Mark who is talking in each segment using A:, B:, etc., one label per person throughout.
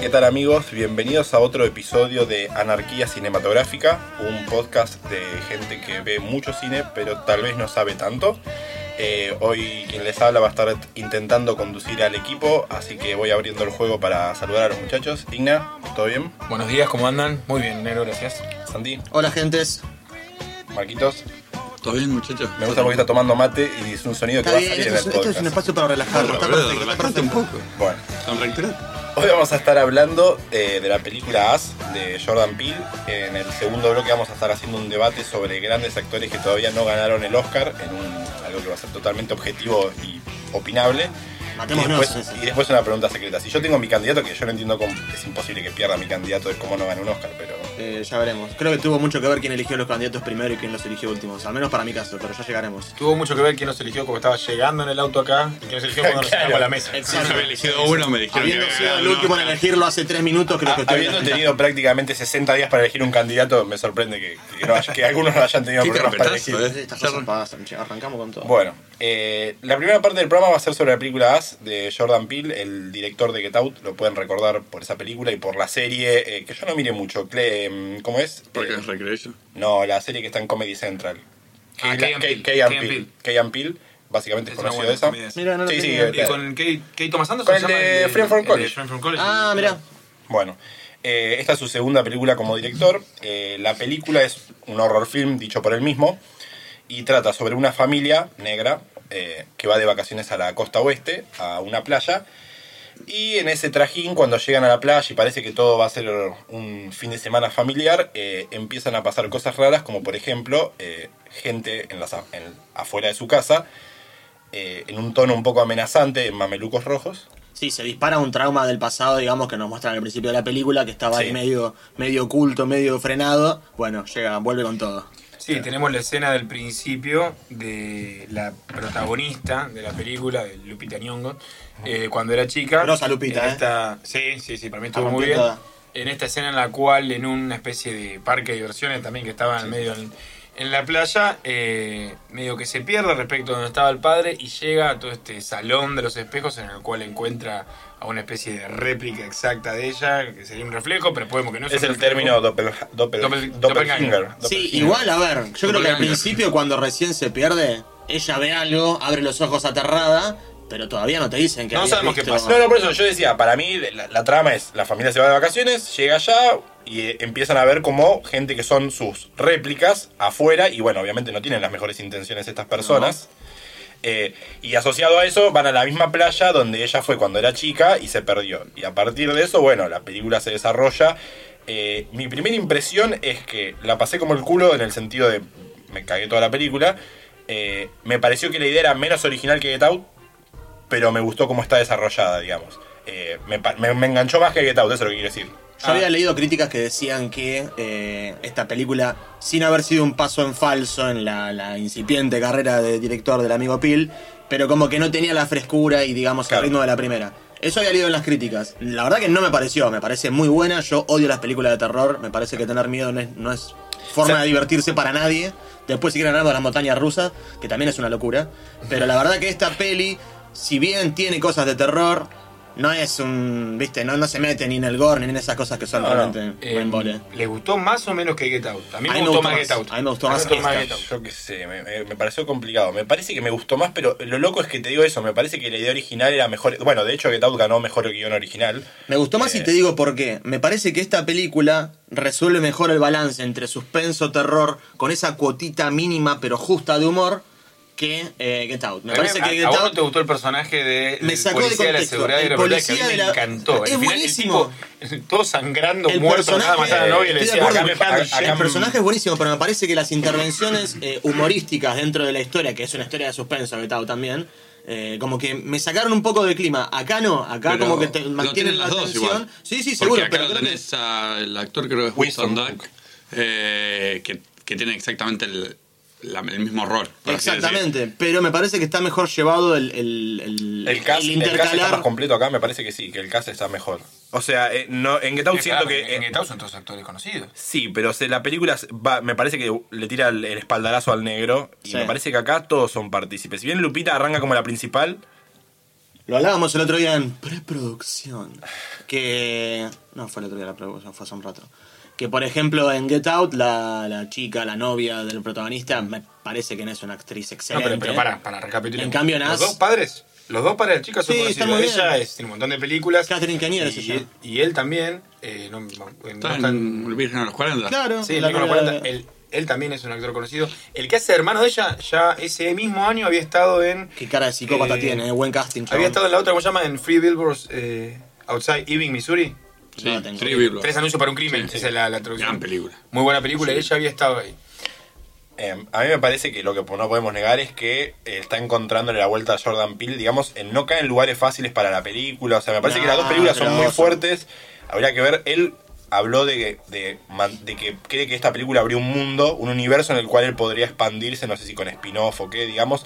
A: ¿qué tal amigos? Bienvenidos a otro episodio de Anarquía Cinematográfica, un podcast de gente que ve mucho cine pero tal vez no sabe tanto. Eh, hoy quien les habla va a estar intentando conducir al equipo, así que voy abriendo el juego para saludar a los muchachos. Igna, ¿todo bien?
B: Buenos días, ¿cómo andan? Muy bien, Nero, gracias.
A: Santi,
C: Hola, gentes.
A: Marquitos,
D: ¿Todo bien, muchachos?
A: me gusta porque está tomando mate y es un sonido que
C: Está
A: va a
C: bien,
A: salir
C: esto
A: en el
C: es, esto es un
A: podcast.
C: espacio para relajarnos.
D: Hola,
C: Está
D: boludo,
C: perfecto, está
D: relajate un
C: perfecto.
D: poco.
A: Bueno,
D: Tranquilate.
A: Hoy vamos a estar hablando eh, de la película As de Jordan Peele. En el segundo bloque vamos a estar haciendo un debate sobre grandes actores que todavía no ganaron el Oscar, en un- algo que va a ser totalmente objetivo y opinable. Y
C: Matémonos.
A: después,
C: sí, sí.
A: y después una pregunta secreta. Si yo tengo mi candidato, que yo no entiendo cómo es imposible que pierda mi candidato de cómo no gana un Oscar, pero
C: Eh, ya veremos. Creo que tuvo mucho que ver quién eligió los candidatos primero y quién los eligió últimos. Al menos para mi caso, pero ya llegaremos.
B: Tuvo mucho que ver quién nos eligió cuando estaba llegando en el auto acá y quién nos eligió cuando nos
A: Claro.
B: sentamos a la mesa.
D: Si yo me elegido uno, me dijeron
C: Habiendo
D: que me
C: sido el
D: ganaba
C: último
D: un
C: en
D: Oscar.
C: elegirlo hace tres minutos, creo que
A: Ah,
C: estoy
A: habiendo tenido prácticamente 60 días para elegir un candidato, me sorprende que, que no haya- que algunos no hayan tenido
D: Qué
A: problemas para
D: carpetazo,
A: elegir.
D: eh.
C: Estas cosas pasan, che. Arrancamos con todo.
A: Bueno, eh, la primera parte del programa va a ser sobre la película As de Jordan Peele, el director de Get Out. Lo pueden recordar por esa película y por la serie eh, que yo no miré mucho. Cle- em, ¿Cómo es?
D: Porque
A: Eh,
D: es recreation.
A: no, la serie que está en Comedy Central.
B: Ah,
A: Que- la-
B: Key and
A: que- Key
B: Peele.
A: and
B: Key and
A: Peele.
B: Peele.
A: Key and Peele, básicamente es
B: Es una
A: conocido
B: buena
A: de esa.
B: comedia.
C: Mira, no lo
A: Sí, sí,
C: tenía.
A: eh,
B: ¿Y con Kate, Kate Thomas Anderson?
A: Con el
B: ¿se llama?
A: de Friend from
B: el de
A: College.
B: Friend from College.
C: Ah, mira.
A: Bueno, eh, esta es su segunda película como director. Eh, la película es un horror film dicho por él mismo y trata sobre una familia negra eh, que va de vacaciones a la costa oeste, a una playa. Y en ese trajín, cuando llegan a la playa y parece que todo va a ser un fin de semana familiar, eh, empiezan a pasar cosas raras, como por ejemplo, eh, gente en las, a- en- afuera de su casa, eh, en un tono un poco amenazante, en mamelucos rojos.
C: Sí, se dispara un trauma del pasado, digamos, que nos muestran al principio de la película, que estaba
A: Sí.
C: ahí medio, medio oculto, medio frenado. Bueno, llega, vuelve con todo.
B: Sí, tenemos la escena del principio de la protagonista de la película, de Lupita Nyong'o, eh, cuando era chica.
C: Grosa Lupita,
B: En
C: ¿eh?
B: esta- Sí, sí, sí, para mí estuvo
C: La
B: muy
C: rompió
B: bien.
C: toda.
B: En esta escena en la cual, en una especie de parque de diversiones también que estaba en medio en, en la playa, eh, medio que se pierde respecto a donde estaba el padre y llega a todo este salón de los espejos en el cual encuentra a una especie de réplica exacta de ella, que sería un reflejo, pero podemos que no
A: Es
B: un
A: el
B: reflejo.
A: término doppel, doppel-
B: Doppel-
A: doppelganger.
B: doppelganger.
C: Sí,
A: Doppelganger.
C: igual, a ver, yo creo que al
D: Doppelganger.
C: principio cuando recién se pierde, ella ve algo, abre los ojos aterrada, pero todavía no te dicen que
B: No
C: había
B: sabemos qué
C: visto-
B: pasó.
A: No, no, por eso yo decía, para mí la, la trama es, la familia se va de vacaciones, llega allá y eh, empiezan a ver como gente que son sus réplicas afuera y bueno, obviamente no tienen las mejores intenciones estas personas. Eh, y asociado a eso van a la misma playa donde ella fue cuando era chica y se perdió. Y a partir de eso, bueno, la película se desarrolla. Eh, mi primera impresión es que la pasé como el culo en el sentido de me cagué toda la película. Eh, me pareció que la idea era menos original que Get Out, pero me gustó cómo está desarrollada, digamos. Eh, me, pa- me- me enganchó más que Get Out, eso es lo que quiero decir.
C: Yo
B: Ah.
C: había leído críticas que decían que eh, esta película, sin haber sido un paso en falso en la, la incipiente carrera de director del amigo Peel, pero como que no tenía la frescura y digamos
A: Claro.
C: el ritmo de la primera. Eso había leído en las críticas. La verdad que no me pareció, me parece muy buena. Yo odio las películas de terror, me parece que tener miedo no es, no es forma
A: O sea-
C: de divertirse para nadie. Después siguen ganando las montañas rusas, que también es una locura. Pero la verdad que esta peli, si bien tiene cosas de terror, no es un. ¿Viste? No, no se mete ni en el gore ni en esas cosas que son
A: No, no.
C: realmente.
B: Eh,
C: buen vole.
B: ¿Le gustó más o menos que Get Out? A mí
C: A
B: me
C: mí me
B: gustó
C: gustó
B: más
C: más.
B: Get Out.
C: A mí me gustó más esta.
B: Get Out.
A: Yo qué sé, me, me- me pareció complicado. Me parece que me gustó más, pero lo loco es que te digo eso. Me parece que la idea original era mejor. Bueno, de hecho, Get Out ganó mejor guión original.
C: Me gustó más
A: Eh.
C: y te digo por qué. Me parece que esta película resuelve mejor el balance entre suspenso, terror, con esa cuotita mínima pero justa de humor, que eh, Get Out. Me
B: A mí-
C: parece que
B: a,
C: Get
B: a vos no
C: Out
B: te gustó el personaje de
C: Me
B: el
C: sacó de
B: policía de, la
C: contexto.
B: seguridad de
C: El
B: la verdad que a mí
C: policía
B: me
C: de la-
B: encantó.
C: Es
B: El final, el
C: buenísimo.
B: tipo, todo sangrando,
C: El
B: muerto, nada más a la
C: personaje-
B: novia y le
C: estoy de
B: decía, acá
C: acuerdo,
B: me
A: acá-
B: pagan,
A: acá
C: El
B: acá me
C: personaje es buenísimo, pero me parece que las intervenciones eh, humorísticas dentro de la historia, que es una historia de suspenso, Betao también, eh, como que me sacaron un poco de clima. Acá no, acá
D: Pero
C: como que te
D: lo
C: mantienen
D: tienen
C: la
D: las dos
C: atención.
D: igual.
C: Sí, sí,
D: Porque
C: seguro,
D: acá
C: pero
D: lo
C: creo que-
D: tenés al actor, creo que es
A: Winston
D: Winston Duck, eh, que, que tiene exactamente el, la- el mismo rol. por así decir.
C: Exactamente, pero me parece que está mejor llevado el, el, el,
A: El cast,
C: el
A: el cast está más
C: intercalar.
A: completo acá, me parece que sí, que el cast está mejor. O sea, eh, no, en Get Out siento que.
B: En
A: eh,
B: Get Out son todos actores conocidos.
A: Sí, pero se- la película se- va- me parece que le tira el, el espaldarazo al negro. Y
C: Sí.
A: me parece que acá todos son partícipes. Si bien Lupita arranca como la principal,
C: Lo hablábamos el otro día en preproducción. Que. No fue el otro día la preproducción, fue hace un rato. Que por ejemplo en Get Out, la, la chica, la novia del protagonista, me parece que no es una actriz
B: No,
C: excelente.
B: pero, pero para, para recapitular.
C: En cambio,
B: los
C: Nas-
B: dos padres, los dos padres del chica son
C: Sí,
B: conocidos.
C: está muy bien.
B: Ella es, tiene un montón de películas.
C: Catherine Canier es
B: y,
C: ella.
B: él- y él también. eh, no, no- no
D: Está
B: está-
D: en Virgen a los 40.
C: Claro,
B: Sí, el
C: la
B: Nicolas
C: novia-
B: Cuarenta, él, él también es un actor conocido. El que hace hermano de ella, ya ese mismo año había estado en.
C: Qué cara de psicópata
B: Eh,
C: tiene, eh, buen casting. chabón.
B: Había estado en la otra, ¿cómo se llama? En Free Billboards eh, Outside Ebbing, Missouri.
D: Sí,
C: No, tengo-
D: Three Billboards.
B: Tres anuncios para un crimen, esa es la, la traducción.
D: Gran película.
B: Muy buena película,
D: Sí.
B: y ella había estado ahí.
A: Eh, a mí me parece que lo que no podemos negar es que eh, está encontrándole la vuelta a Jordan Peele, digamos, en no cae en lugares fáciles para la película. O sea, me parece que las dos
C: No,
A: películas son
C: pero
A: muy
C: son-
A: fuertes. Habría que ver, él habló de, de, man- de que cree que esta película abrió un mundo, un universo en el cual él podría expandirse, no sé si con spin-off o qué, digamos.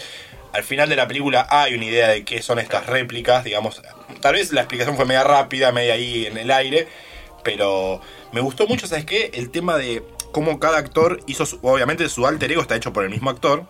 A: Al final de la película hay una idea de qué son estas réplicas, digamos. Tal vez la explicación fue media rápida, media ahí en el aire, pero me gustó mucho, ¿sabes qué? El tema de cómo cada actor hizo, su- obviamente su alter ego está hecho por el mismo actor,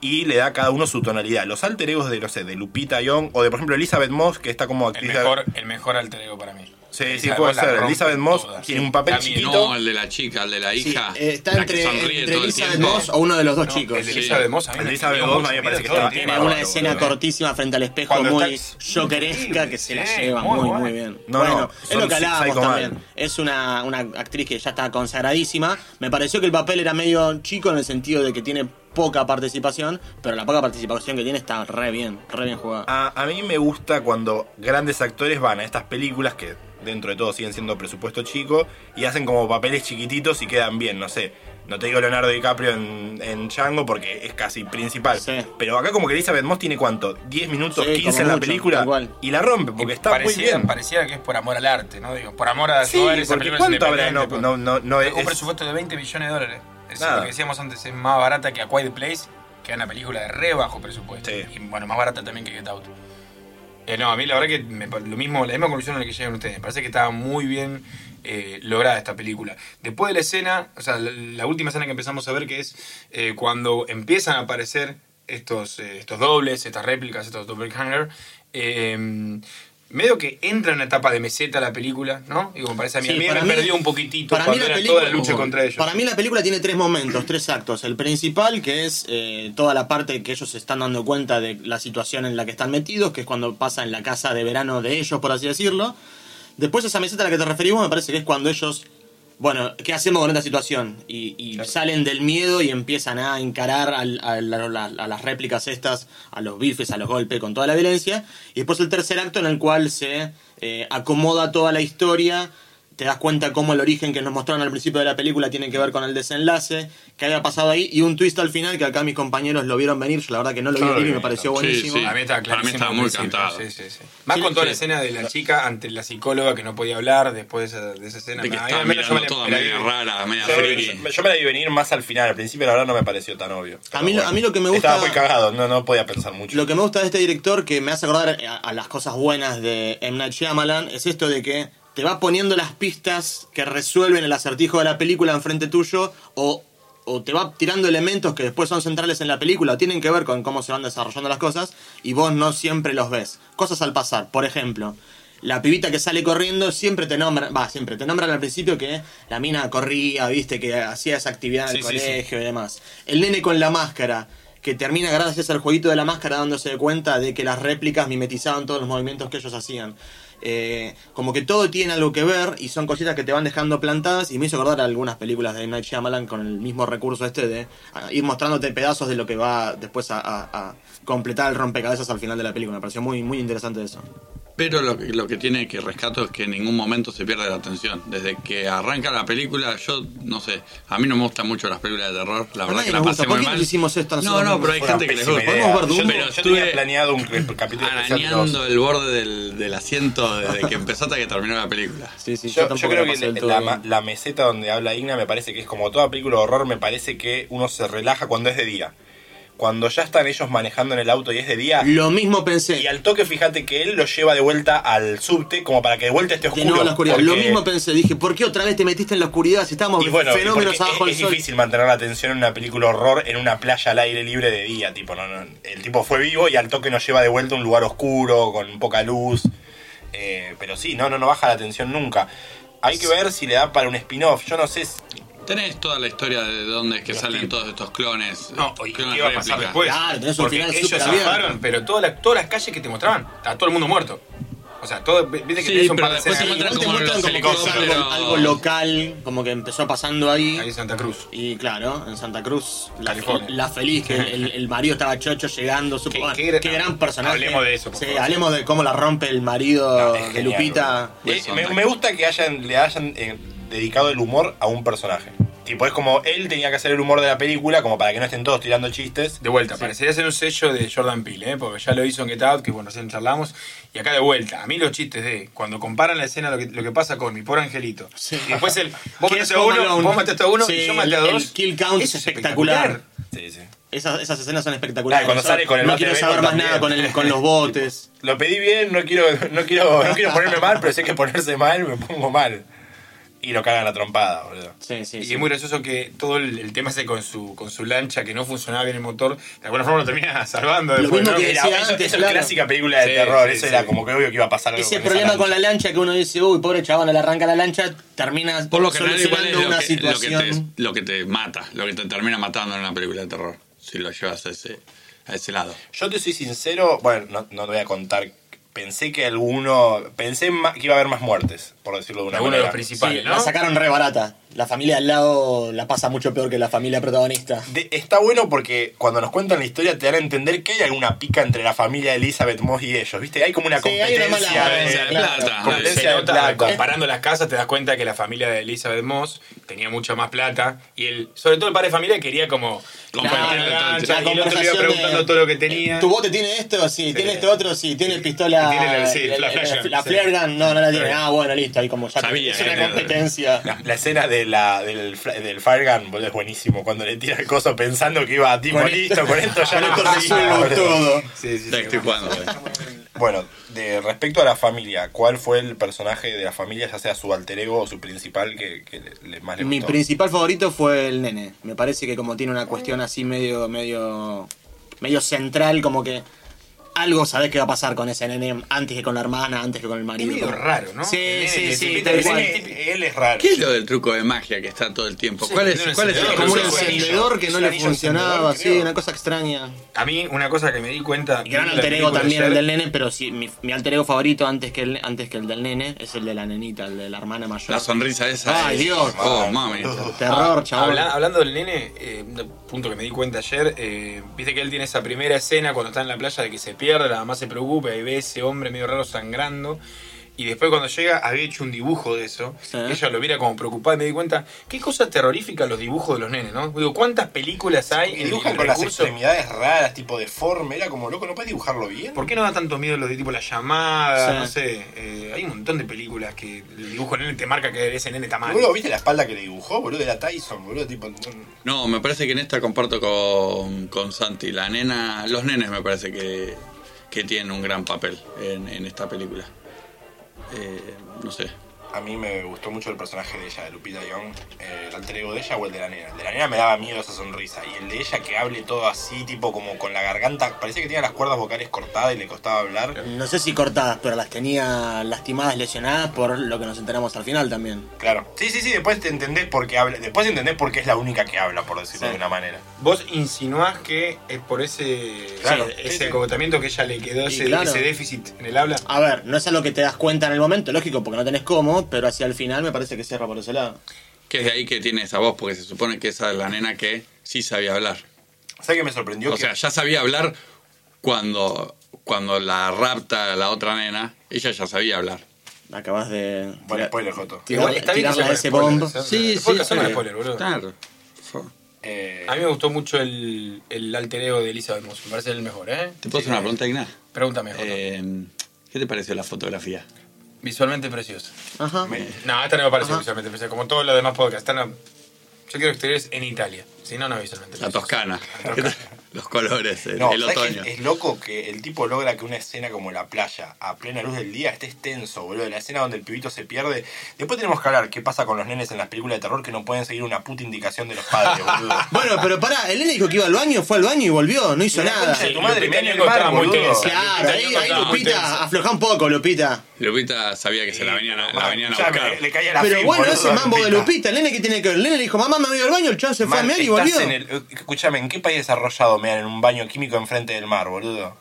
A: y le da a cada uno su tonalidad. Los alter egos de, no sé, de Lupita Young, o de por ejemplo Elizabeth Moss, que está como
B: El
A: actriz...
B: mejor, el mejor alter ego para mí.
A: Sí, sí,
B: Elizabeth
A: puede
B: Moss la
A: ser.
B: rompe
A: Elizabeth Moss
B: todas.
A: tiene un papel
B: También.
A: chiquito.
D: No, el de la chica, el de la
C: Sí,
D: hija.
C: eh, está
D: Ah, la
C: entre,
D: que sonríe
C: entre
D: todo el
C: Elizabeth
D: tiempo.
C: Moss o uno de los dos
B: No,
C: chicos.
B: El de
D: Sí.
B: Elizabeth Moss, a mí me
A: Elizabeth
B: encantó
A: Moss
B: mucho,
A: a mí me
B: mira,
A: parece que
B: todo el
A: estaba
B: tiempo.
C: Tiene una escena cortísima frente al espejo
B: Cuando
C: muy
B: está-
C: jokeresca que se la
B: Sí,
C: lleva
B: muy
C: muy,
B: bueno.
C: muy bien.
A: No,
C: bueno,
A: no,
C: es lo
A: son
C: que hablábamos
A: Psycho Man.
C: también. Es una, una actriz que ya está consagradísima. Me pareció que el papel era medio chico en el sentido de que tiene poca participación, pero la poca participación que tiene está re bien, re bien jugada.
A: A, a mí me gusta cuando grandes actores van a estas películas que dentro de todo siguen siendo presupuesto chico y hacen como papeles chiquititos y quedan bien, no sé. No te digo Leonardo DiCaprio en, en Django porque es casi principal.
C: Sí.
A: Pero acá como que Elizabeth Moss tiene cuánto, 10 minutos, 15
C: Sí,
A: en
C: como
A: la
C: mucho,
A: película
C: tal cual.
A: y la rompe porque está muy
B: pareciera,
A: bien.
B: pareciera que es por amor al arte, ¿no? Digo, por amor a
A: Sí,
B: jugar esas
A: porque
B: películas
A: ¿cuánto habrá? No,
B: independientes,
A: no, no, no,
B: pues. Un
A: es-
B: presupuesto de 20 millones de dólares. Es
A: Nada.
B: lo que decíamos antes, es más barata que A Quiet Place, que es una película de re bajo presupuesto.
A: Sí.
B: Y bueno, más barata también que Get Out. Eh, no, a mí la verdad que me pa- lo mismo, la misma conclusión a la que llegan ustedes. Me parece que estaba muy bien eh, lograda esta película. Después de la escena, o sea, la, la última escena que empezamos a ver que es eh, cuando empiezan a aparecer estos, eh, estos dobles, estas réplicas, estos doppelganger, eh, medio que entra en una etapa de meseta la película, ¿no? Digo, me parece a mí,
C: Sí,
B: a mí
C: para
B: me
C: mí-
B: perdió un poquitito
C: para mí
B: cuando
C: la
B: era
C: película-
B: toda la lucha contra ellos.
C: Para mí la película tiene tres momentos, tres actos. El principal, que es eh, toda la parte que ellos se están dando cuenta de la situación en la que están metidos, que es cuando pasa en la casa de verano de ellos, por así decirlo. Después esa meseta a la que te referimos me parece que es cuando ellos, bueno, ¿qué hacemos con esta situación? Y, y salen del miedo y empiezan a encarar al- a, la- la- a las réplicas estas, a los bifes, a los golpes, con toda la violencia. Y después el tercer acto en el cual se eh, acomoda toda la historia, te das cuenta cómo el origen que nos mostraron al principio de la película tiene que ver con el desenlace, que había pasado ahí, y un twist al final que acá mis compañeros lo vieron venir, yo la verdad que no lo vi
A: Yo lo
C: venir
A: vi
C: y me pareció
D: venir,
C: buenísimo.
D: sí.
B: A mí estaba
D: Para mí
B: clarísimo
D: estaba
B: al
D: muy
B: principio,
D: cantado.
B: sí, sí, sí. Más
C: Sí,
B: con toda
C: sí.
B: la escena de la chica ante la psicóloga que no podía hablar después de esa, de esa escena.
D: De que
B: A mí
D: estaba
B: al menos yo
D: mirando
B: me la-
D: toda
B: me la
D: media
B: vi.
D: rara, media
A: Yo,
D: friki.
A: yo- yo me la vi venir más al final, al principio la verdad no me pareció tan obvio.
C: A mí lo-
A: Pero
C: a mí lo que me gusta-
A: Estaba muy cagado, no, no podía pensar mucho.
C: Lo que me gusta de este director, que me hace acordar a, a las cosas buenas de M. Night Shyamalan, es esto de que te va poniendo las pistas que resuelven el acertijo de la película enfrente tuyo o, o te va tirando elementos que después son centrales en la película o tienen que ver con cómo se van desarrollando las cosas y vos no siempre los ves. Cosas al pasar, por ejemplo. La pibita que sale corriendo siempre te nombra, va, siempre te nombran al principio que la mina corría, viste, que hacía esa actividad en el
B: Sí, sí, sí.
C: colegio y demás. El nene con la máscara, que termina gracias al jueguito de la máscara dándose de cuenta de que las réplicas mimetizaban todos los movimientos que ellos hacían. Eh, como que todo tiene algo que ver y son cositas que te van dejando plantadas y me hizo acordar a algunas películas de M. Night Shyamalan con el mismo recurso este de ah, ir mostrándote pedazos de lo que va después a, a- a completar el rompecabezas al final de la película. Me pareció muy, muy interesante eso.
D: Pero lo que, lo que tiene que rescato es que en ningún momento se pierde la atención. Desde que arranca la película, yo no sé, a mí no me gustan mucho las películas de terror. La
C: A
D: verdad
C: nadie
D: que la
C: nos
D: pasé
C: gusta. ¿Por
D: muy
C: qué
D: mal.
C: nos hicimos esto a
D: No,
C: nosotros?
D: no, pero hay
A: Fue una
D: gente que les
A: pésima
D: gusta.
A: idea.
C: Podemos ver
A: Yo-
C: Dumbo.
A: pero Yo, tenía
D: Estuve
A: planeado un cap- capítulo especial de los-
D: Arañando el borde del, del asiento desde que empezó hasta que terminó la película.
C: Sí, sí,
A: Yo, yo
C: tampoco
A: creo
C: la
A: que
C: pasé del
A: la,
C: todo
A: la
C: bien.
A: ma- la meseta donde habla Igna me parece que es como toda película de horror, me parece que uno se relaja cuando es de día. cuando ya están ellos manejando en el auto y es de día.
C: Lo mismo pensé.
A: Y al toque, fíjate que él lo lleva de vuelta al subte, como para que de vuelta esté oscuro.
C: de nuevo en la oscuridad. Lo
A: porque-
C: mismo pensé. Dije, ¿por qué otra vez te metiste en la oscuridad si estábamos
A: y bueno, y
C: fenómenos
A: porque es,
C: abajo del
A: es
C: sol?
A: difícil mantener la atención en una película horror en una playa al aire libre de día. Tipo, no, no, el tipo fue vivo y al toque nos lleva de vuelta a un lugar oscuro, con poca luz. Eh, pero sí, no, no, no baja la atención nunca. Hay que ver si le da para un spin-off. Yo no sé si-
D: Tenés toda la historia de dónde es que salen todos estos clones.
B: No,
D: eh,
B: y
D: clones
B: qué iba a pasar
D: réplica.
B: después.
C: Claro, tenés un
B: Porque
C: final
B: ellos
C: superabierto.
B: zafaron, pero todas las, todas las calles que te mostraban, a todo el mundo muerto. O sea, todo, viste que
D: Sí,
B: tenés un
D: pero
B: par de
D: después
B: escenas que
D: se
C: Igual
D: encuentran
C: te
D: como
C: muestran
D: los
C: como que es algo,
D: helicópteros.
C: algo local, como que empezó pasando ahí.
B: ahí en Santa Cruz.
C: Y claro, en Santa Cruz, la,
B: California.
C: la feliz, que el, el marido estaba chocho llegando. Supo,
B: Qué-
C: bueno,
B: qué
C: qué,
B: gran-
C: gran personaje.
B: Hablemos de eso, por
C: Sí,
B: favor.
C: hablemos de cómo la rompe el marido
A: No, es
C: de
A: genial,
C: Lupita. pues,
A: Eh,
D: Wilson,
A: me,
D: tal.
A: me gusta que hayan, le hayan eh, dedicado el humor a un personaje. Tipo, es como él tenía que hacer el humor de la película, como para que no estén todos tirando chistes.
B: De vuelta, parecería ser un sello de Jordan Peele, ¿eh? porque ya lo hizo en Get Out, que bueno, recién charlamos. Y acá de vuelta, a mí los chistes de cuando comparan la escena lo que, lo que pasa con mi pobre angelito. Y después el, vos
C: ¿Qué
B: mataste
C: es
B: a
C: Home
B: uno,
C: Alone?
B: vos mataste a uno,
C: Sí,
B: y yo maté a
C: el- el
B: dos.
C: kill count
B: Eso
C: es espectacular.
A: Sí, sí.
C: Esas, esas escenas son espectaculares.
A: Ah, cuando sale con el
C: no
A: bote
C: quiero
A: de
C: saber
A: Bacon
C: más
A: también.
C: nada con, el- con los botes.
A: Lo pedí bien, no quiero, no quiero, no quiero ponerme mal, pero sé que ponerse mal me pongo mal. Y lo cagan la trompada, boludo.
C: Sí, sí,
B: Y
C: sí.
B: es muy gracioso que todo el, el tema ese con su, con su lancha que no funcionaba bien el motor, de alguna forma lo termina salvando.
C: Lo
B: después,
C: mismo
B: ¿no?
C: que
A: Era,
C: decía
A: eso,
C: antes,
A: eso es
C: claro.
A: clásica película de
B: Sí,
A: terror,
B: sí,
A: eso
B: sí.
A: era como que obvio que iba a pasar algo
C: Ese
A: con esa
C: problema con
A: lancha.
C: la lancha que uno dice, uy, pobre chabón, la arranca la lancha, termina
D: Por lo general igual es
C: solucionando
D: lo
C: una
D: que, lo, que
C: situación.
D: te, lo que te mata, lo que te termina matando en una película de terror, si lo llevas a ese, a ese lado.
A: Yo te soy sincero, bueno, no, no te voy a contar. Pensé que alguno. Pensé ma- que iba a haber más muertes, por decirlo de una
B: Alguno de
A: manera.
B: los principales,
C: Sí,
B: ¿no?
C: La sacaron re barata. La familia al lado la pasa mucho peor que la familia protagonista.
A: De- está bueno porque cuando nos cuentan la historia te dan a entender que hay alguna pica entre la familia de Elizabeth Moss y ellos, ¿viste? Hay como una
C: Sí, hay
A: competencia.
C: una mala
A: de-
D: competencia de
C: claro.
D: plata.
A: competencia
B: Se
A: de
B: nota,
A: plata.
B: comparando las casas te das cuenta que la familia de Elizabeth Moss tenía mucha más plata y el, sobre todo el padre de familia quería como compartir la
D: Claro,
B: lancha y el otro le
C: la
B: iba
C: conversación
B: preguntando
C: de- Eh,
B: todo lo que tenía.
C: ¿Tu bote tiene esto? Sí. ¿Tiene este otro? Sí. ¿Tiene pistola?
B: Tiene la- sí,
C: el-
B: la
C: el-
B: flare gun,
C: la
B: sí.
C: flare gun? No, no la tiene. Ah, bueno, listo. Ahí como ya
D: Sabía
C: es
D: que
C: una
D: era-
C: competencia.
A: La, la escena de la, del, fla- del Fire Gun, boludo, es buenísimo. Cuando le tira el coso pensando que iba tipo
C: Con
A: listo,
C: esto-
A: con esto ya
C: Con
A: no
C: esto
A: conseguí,
C: resuelvo
A: boludo.
C: todo.
B: Sí, sí, sí.
D: Te estoy jugando, eh.
A: Bueno, de, respecto a la familia, ¿cuál fue el personaje de la familia, ya sea su alter ego o su principal, que, que le, le- más le
C: Mi
A: gustó?
C: principal favorito fue el nene. Me parece que como tiene una cuestión así medio, medio, medio central, como que algo sabés que va a pasar con ese nene antes que con la hermana, antes que con el
B: Es
C: marido.
B: medio
C: Como-
B: raro, ¿no? Eh,
C: Sí,
B: El nene
C: sí,
B: que
C: sí,
B: se pinta
C: tal
B: el
C: cual.
B: nene,
A: Él, él es raro.
D: ¿Qué es lo del truco de magia que está todo el tiempo? ¿Cuál es,
B: no es
D: cuál es
B: el
D: el
B: truco?
C: Como un
B: Es un anillo.
C: encendedor que no
A: Es un
C: le
A: anillo
C: funcionaba,
A: encendedor, creo.
C: sí, una cosa extraña.
B: A mí una cosa que me di cuenta...
C: Y
B: viendo
C: gran
B: la
C: alter ego
B: película
C: también el
B: ayer-
C: del nene, pero sí, mi, mi alter ego favorito antes que, el, antes que el del nene es el de la nenita, el de la hermana mayor.
D: La sonrisa esa.
C: Ay,
D: es-
C: Dios.
D: Oh, mami.
A: Ah,
C: Terror, chabón.
B: Habla- hablando del nene, eh, un punto que me di cuenta ayer, eh, viste que él tiene esa primera escena cuando está en la playa de que se pierde, la mamá se preocupa y ve ese hombre medio raro sangrando. Y después cuando llega había hecho un dibujo de eso.
C: Sí.
B: Ella lo mira como preocupada y me di cuenta, qué cosa terrorífica los dibujos de los nenes, ¿no? Digo, ¿cuántas películas hay
A: Y
B: en
A: dibujan
B: el
A: con las
B: recurso?
A: extremidades raras, tipo deforme. Era como loco, no puedes dibujarlo bien.
B: ¿Por qué no da tanto miedo lo de tipo la llamada?
C: Sí.
B: No sé, eh, hay un montón de películas que el dibujo del nene te marca que ese nene está mal.
A: Boludo, ¿viste la espalda que le dibujó, boludo? Era Tyson, boludo, tipo. no-
D: No, me parece que en esta comparto con, con Santi. La nena, los nenes me parece que, que tienen un gran papel en, en esta película. Eh, no sé.
A: A mí me gustó mucho el personaje de ella, de Lupita Young. Eh, el alter ego de ella o el de la nena. El de la nena me daba miedo esa sonrisa. Y el de ella que hable todo así, tipo como con la garganta. Parecía que tenía las cuerdas vocales cortadas y le costaba hablar.
C: No sé si cortadas, pero las tenía lastimadas, lesionadas por lo que nos enteramos al final también.
A: Claro. Sí, sí, sí, después te entendés por qué habla. Después entendés por qué es la única que habla, por decirlo
C: Sí.
A: de una manera.
B: Vos insinuás que es por ese,
A: Claro,
B: ese,
A: sí,
B: ese
A: sí.
B: acogotamiento que ella le quedó,
C: Sí,
B: ese,
C: claro.
B: ese déficit en el habla.
C: A ver, no es algo que te das cuenta en el momento, lógico, porque no tenés cómo, pero hacia el final me parece que cierra por ese lado.
D: Que es de ahí que tiene esa voz, porque se supone que esa es la nena que sí sabía hablar.
A: ¿Sabes qué me sorprendió?
D: O
A: que...
D: sea, ya sabía hablar cuando, cuando la rapta la otra nena. Ella ya sabía hablar.
C: Acabas de.
A: Bueno, spoiler, Joto.
C: Tirar-
B: Igual está bien que
C: tirarla
B: sea
C: de ese
B: spoiler,
C: bombo.
B: ¿eh? Sí, sí, sí. spoiler, boludo.
D: Claro. Fue-
A: Eh,
B: A mí me gustó mucho el, el alter ego de Elizabeth Moss, me parece el mejor, ¿eh?
D: ¿Te puedo hacer una pregunta, Igna?
B: Pregúntame, Joto.
D: Eh, ¿Qué te pareció la fotografía?
B: Visualmente precioso.
C: Ajá.
A: me-
B: No, esta no me pareció
C: Ajá.
B: visualmente preciosa, como todos los demás podcasts. Esta no- Yo quiero exteriores en Italia, si no, no es visualmente
D: La
B: preciosa.
D: Toscana. Los colores, el,
A: No,
D: el
A: ¿sabes qué
D: otoño.
A: es, es loco que el tipo logra que una escena como la playa, a plena luz del día, esté extenso, boludo. La escena donde el pibito se pierde. Después tenemos que hablar qué pasa con los nenes en las películas de terror que no pueden seguir una puta indicación de los padres, boludo.
C: Bueno, pero pará, el nene dijo que iba al baño, fue al baño y volvió, no hizo
A: Y la
C: nada.
A: concha de tu
B: Lupita
A: madre,
B: Nyong'o
A: tenía el mar,
B: estaba muy
A: boludo.
B: tensa.
C: Claro, ahí, Ah. ahí
B: Estaba muy tenso.
C: Lupita, afloja un poco, Lupita.
D: Lupita sabía que se la venían a, la
A: Man,
D: venían a
A: Eh, ya
D: buscar.
A: me- le caía la
C: Pero
A: fin,
C: bueno,
A: boludo,
C: ese
A: a
C: mambo de Lupita, el nene que tiene que ver, el nene le dijo, mamá me voy al baño, el chabón se fue a
A: Man,
C: mear y
A: estás
C: volvió.
A: en el- eh, escúchame, ¿en qué país desarrollado me dan en un baño químico enfrente del mar, boludo?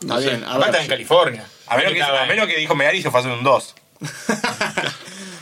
C: Está bien, a
B: Aparte
C: ver.
B: está en California.
A: A menos, que,
B: Estaba
A: a
B: ahí.
A: menos que dijo mear y se fue a hacer un 2.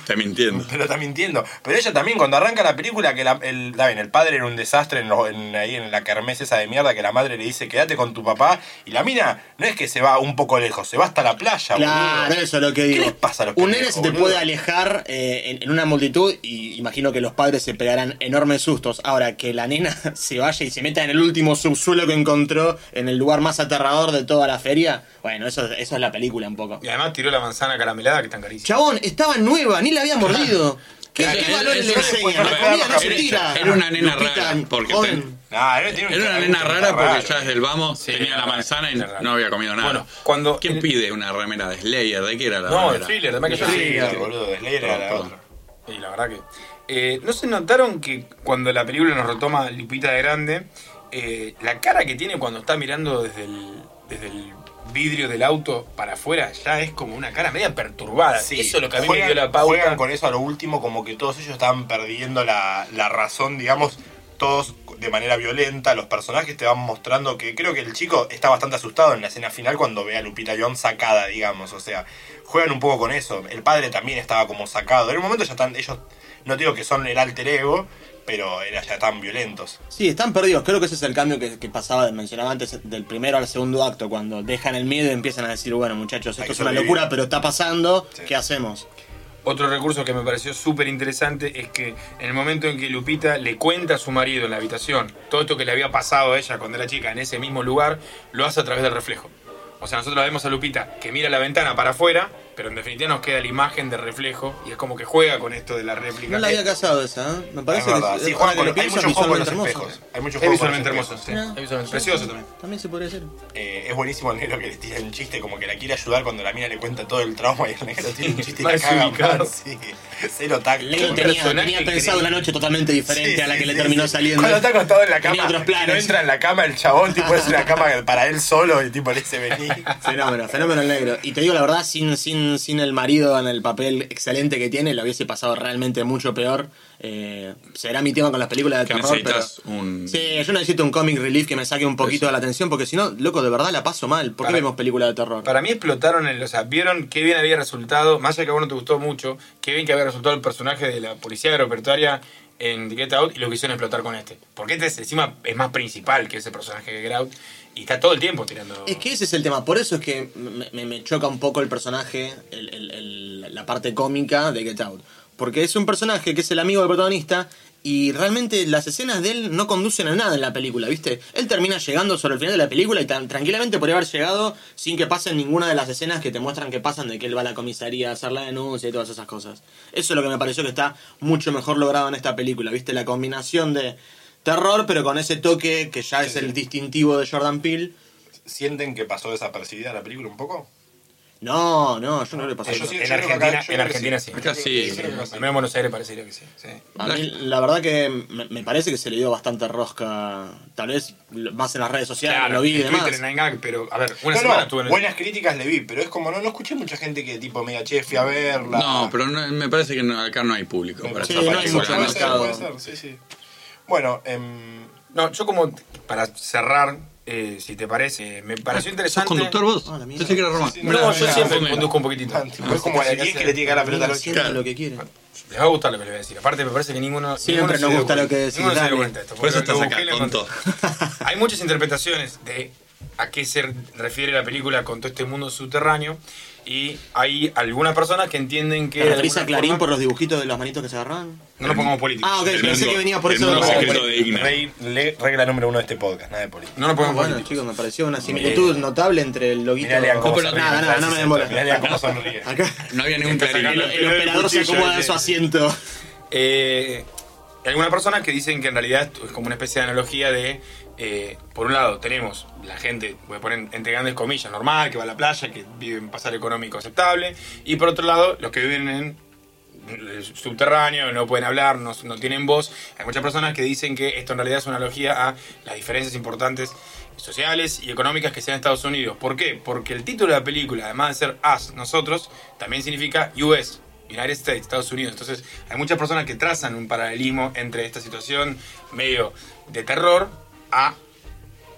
D: Está mintiendo.
A: Pero está mintiendo. Pero ella también, cuando arranca la película, que la- el, está bien, el padre era un desastre en, lo- en- ahí en la kermés esa de mierda que la madre le dice, quédate con tu papá. Y la mina no es que se va un poco lejos, se va hasta la playa,
C: Claro,
A: boludo.
C: eso es lo que digo.
A: les pasa a los
C: Un
A: pendejos,
C: nene se te
A: boludo?
C: puede alejar eh, en, en una multitud y imagino que los padres se pegarán enormes sustos. Ahora, que la nena se vaya y se meta en el último subsuelo que encontró, en el lugar más aterrador de toda la feria, bueno, eso, eso es la película un poco.
B: Y además tiró la manzana caramelada que están carísima.
C: Chabón, estaba nueva, ni la había mordido. ¿Qué,
D: Claro,
C: qué
D: es-
C: valores
D: es-
C: le
D: es-
C: enseñan? La
A: es-
C: comida no se
A: era-
C: tira.
D: era una nena
C: Lupita,
D: rara, porque
C: joven.
D: ten-
A: Nah, era- tiene un-
D: Era una nena rara porque ya
A: raro.
D: desde el vamos
B: Sí,
D: tenía
B: era
D: la
B: raro,
D: manzana y
B: era raro.
D: no había comido nada.
B: Bueno, cuando-
D: ¿Quién pide una remera de Slayer? ¿De qué era la
B: No, el
D: remera?
B: thriller de Michael
A: Sí,
B: Jackson.
A: boludo, Slayer era la
D: Perdón,
A: otra.
B: Y la verdad que. eh, ¿No se notaron que cuando la película nos retoma Lupita de Grande, eh, la cara que tiene cuando está mirando desde el, desde el vidrio del auto para afuera ya es como una cara media perturbada?
A: Sí,
B: Ah, Eso es lo que a mí
A: juegan,
B: me dio la pauta.
A: Juegan con eso a lo último, como que todos ellos estaban perdiendo la, la razón, digamos, todos de manera violenta. Los personajes te van mostrando que creo que el chico está bastante asustado en la escena final cuando ve a Lupita Jones sacada, digamos. O sea, juegan un poco con eso. El padre también estaba como sacado. En un momento ya están, ellos, no digo que son el alter ego, pero era, ya tan violentos.
C: Sí, están perdidos. Creo que ese es el cambio que, que pasaba, mencionaba antes, del primero al segundo acto, cuando dejan el miedo y empiezan a decir, bueno, muchachos,
A: Hay
C: esto
A: que
C: es una
A: sobrevivir.
C: locura, pero está pasando,
A: Sí.
C: ¿qué hacemos?
B: Otro recurso que me pareció súper interesante es que en el momento en que Lupita le cuenta a su marido en la habitación todo esto que le había pasado a ella cuando era chica en ese mismo lugar, lo hace a través del reflejo. O sea, nosotros la vemos a Lupita que mira la ventana para afuera, pero en definitiva nos queda la imagen del reflejo y es como que juega con esto de la réplica.
C: No la había
B: Es-
C: casado esa, ¿eh? Me parece
A: Es verdad,
C: que
A: sí,
C: ahora
A: juegan
C: que
A: con-
C: lo
A: hay
C: pienso,
A: mucho juego con los
C: visualmente hermoso.
A: espejos. Hay mucho juego
B: es
A: con los
B: visualmente hermoso,
A: espejos.
B: sí.
C: Mirá.
B: Es visualmente precioso también.
C: También se podría hacer.
A: Eh, es buenísimo el negro que le tira un chiste, como que la quiere ayudar cuando la mina le cuenta todo el trauma y el negro tiene un chiste y la
B: Más
A: caga
B: ubicado.
A: man, sí. Cero tacto.
C: Leo
B: Un
C: tenía,
B: personaje
C: tenía
B: increíble.
C: pensado una noche totalmente diferente
A: Sí,
C: a la
A: sí,
C: que le
A: sí,
C: terminó
A: sí.
C: saliendo.
A: Cuando está acostado en la
C: Tenía
A: cama,
C: otros
A: que no
C: planes.
A: entra en la cama el chabón, tipo es una cama para él solo y tipo le dice vení.
C: Fenómeno, fenómeno el negro. Y te digo la verdad, sin, sin, sin el marido en el papel excelente que tiene, lo hubiese pasado realmente mucho peor. Eh, será mi tema con las películas de
D: Que
C: terror, pero...
D: necesitas un... Pues
C: Sí, yo necesito un comic relief que me saque un poquito de la atención, porque si no, loco, de verdad la paso mal. ¿Por qué
B: Para-
C: vemos películas de terror?
B: Para mí explotaron, el, o sea, vieron qué bien había resultado, más allá que a vos no te gustó mucho, qué bien que había resultado el personaje de la policía aeroportuaria en Get Out y lo quisieron explotar con este. Porque este es, encima es más principal que ese personaje de Get Out y está todo el tiempo tirando...
C: Es que ese es el tema, por eso es que me, me- me choca un poco el personaje, el- el- el- la parte cómica de Get Out. Porque es un personaje que es el amigo del protagonista y realmente las escenas de él no conducen a nada en la película, ¿viste? Él termina llegando sobre el final de la película y tan tranquilamente podría haber llegado sin que pasen ninguna de las escenas que te muestran que pasan de que él va a la comisaría a hacer la denuncia y todas esas cosas. Eso es lo que me pareció que está mucho mejor logrado en esta película, ¿viste? La combinación de terror pero con ese toque que ya es el distintivo de Jordan Peele.
A: ¿Sienten que pasó desapercibida la película un poco?
C: No, no, yo no le pasé.
A: Yo
C: eso.
A: sí-
B: en
A: yo creo que acá-
B: Argentina,
A: yo creo
B: en
A: que
B: Argentina sí.
A: sí.
D: Acá sí.
A: Sí, creo que sí.
B: Al menos en Buenos Aires parecería que sí. sí.
C: A mí, la verdad que me, me parece que se le dio bastante rosca. Tal vez lo- más en las redes sociales,
B: Claro,
C: lo vi y
B: en
C: demás.
B: Twitter, en Nine Gag, pero a ver, una
A: No,
B: semana
A: no,
B: estuve en el-
A: buenas críticas le vi, pero es como no, no escuché mucha gente que tipo media che, fui a verla.
D: No, pero no- me parece que no- acá no hay público para
C: Sí,
D: esta
C: no hay
D: película,
C: mucho
D: ¿no?
A: Puede ser,
C: mercado.
A: puede ser, sí, sí. Bueno, em,
B: No, yo como, para cerrar, eh, si te parece, eh, me pareció
D: ¿Sos
B: interesante...
D: conductor vos?
C: Ah, la mierda.
D: Pensé que era Román.
A: Sí, sí,
B: No,
A: Mirá,
B: yo
A: mirá,
B: siempre
A: ponelo.
B: conduzco un poquitito.
A: tipo, es como el 10 que le tiene que dar la pelota a los chicos.
C: Haciendo lo que quiere.
B: Les va a gustar lo que les voy a decir. Aparte, me parece que ninguno.
C: Siempre
B: ninguno
C: nos
B: se dio
C: gusta lo
B: cuenta.
C: que decís,
B: Ninguno se dio
C: dale.
B: cuenta de esto,
D: Por eso
B: porque lo
D: estás acá,
B: busqué y lo
D: tonto.
B: encontré. Hay muchas interpretaciones de a qué se refiere la película con todo este mundo subterráneo. Y hay algunas personas que entienden que.
C: ¿Te
B: de
C: referís a
B: alguna
C: Clarín
B: forma-
C: por los dibujitos de los manitos que se agarran?
B: No nos pongamos políticos.
C: Ah, ok,
D: El
C: pensé
D: mundo-
C: que venía por
D: el
C: eso.
D: mundo
C: de-
D: secreto de Igna.
A: Rey- le- regla número uno de este podcast, nada de política.
B: No nos
C: Ah,
B: pongamos
C: bueno,
B: políticos.
C: chicos, me pareció una similitud notable entre el loguito.
A: Mirá, Lean, cómo
D: pero-
A: sonríe.
C: nada, nada, no me den bola.
A: Mirá, Lean, cómo sonríe.
C: Acá.
D: No había ningún
C: El,
D: clarín.
C: el operador se acomoda de su asiento.
B: Eh, hay algunas personas que dicen que en realidad esto es como una especie de analogía de eh, por un lado tenemos la gente, voy a poner entre grandes comillas, normal, que va a la playa, que vive en pasar económico aceptable, y por otro lado, los que viven en el subterráneo, no pueden hablar, no, no tienen voz. Hay muchas personas que dicen que esto en realidad es una analogía a las diferencias importantes sociales y económicas que se dan en Estados Unidos. ¿Por qué? Porque el título de la película, además de ser Us, nosotros, también significa US, United States, Estados Unidos. Entonces, hay muchas personas que trazan un paralelismo entre esta situación medio de terror a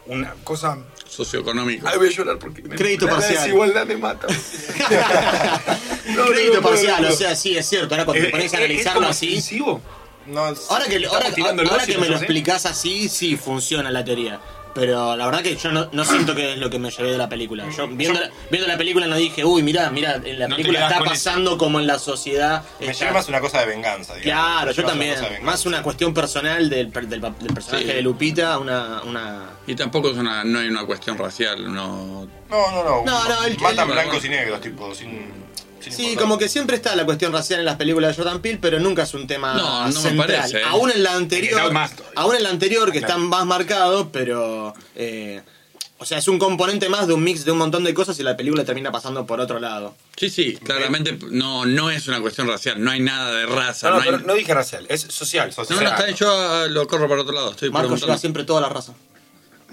B: una cosa.
D: Socioeconómico.
B: Ay, voy a llorar porque. me-
C: Crédito
B: la
C: parcial.
B: desigualdad me mata. No,
C: Crédito
B: no, no,
C: parcial,
B: no, no.
C: o sea, sí, es cierto. Ahora cuando te
B: Eh,
C: pones a
B: eh, es
C: analizarlo
B: como
C: así.
B: ofensivo.
A: No,
C: Ahora que,
B: Estamos
C: ahora,
B: tirando
C: ahora
B: los
C: que
B: y
C: me lo
B: nosotros, ¿eh?
C: explicás así, sí funciona la teoría. Pero la verdad que yo no, no siento que es lo que me llevé de la película. Yo viendo, la, viendo la película no dije, uy, mirá, mirá, en la
B: No te
C: película
B: quedás
C: está
B: con eso.
C: pasando como en la sociedad.
A: me
C: está-
A: lleva más una cosa de venganza. digamos.
C: Claro,
A: Me
C: yo
A: lleva
C: también.
A: una cosa de venganza.
C: Más una cuestión personal del, per- del pa- del personaje
D: Sí.
C: de Lupita, una... una...
D: Y tampoco es una, no hay una cuestión racial, no.
A: No, no, no.
C: No, no, el-
A: Matan
D: el-
A: blancos y negros, tipo, sin. sin
C: Sí,
A: importar.
C: como que siempre está la cuestión racial en las películas de Jordan Peele, pero nunca es un tema
D: No, no me
C: central.
D: parece, ¿eh?
C: Aún en la
B: Está
C: anterior,
B: más todavía.
C: aún en la anterior que
B: Claro.
C: están más marcados, pero eh, o sea, es un componente más de un mix de un montón de cosas y la película termina pasando por otro lado.
D: Sí, sí, claramente no, no es una cuestión racial, no hay nada de raza.
B: No, no,
D: hay-
B: pero no dije racial, es social.
A: No,
D: No,
B: O
D: no,
B: sea,
D: está hecho, ah, lo corro para otro lado. Estoy
C: Marco lleva
D: preguntando.
C: siempre toda la raza.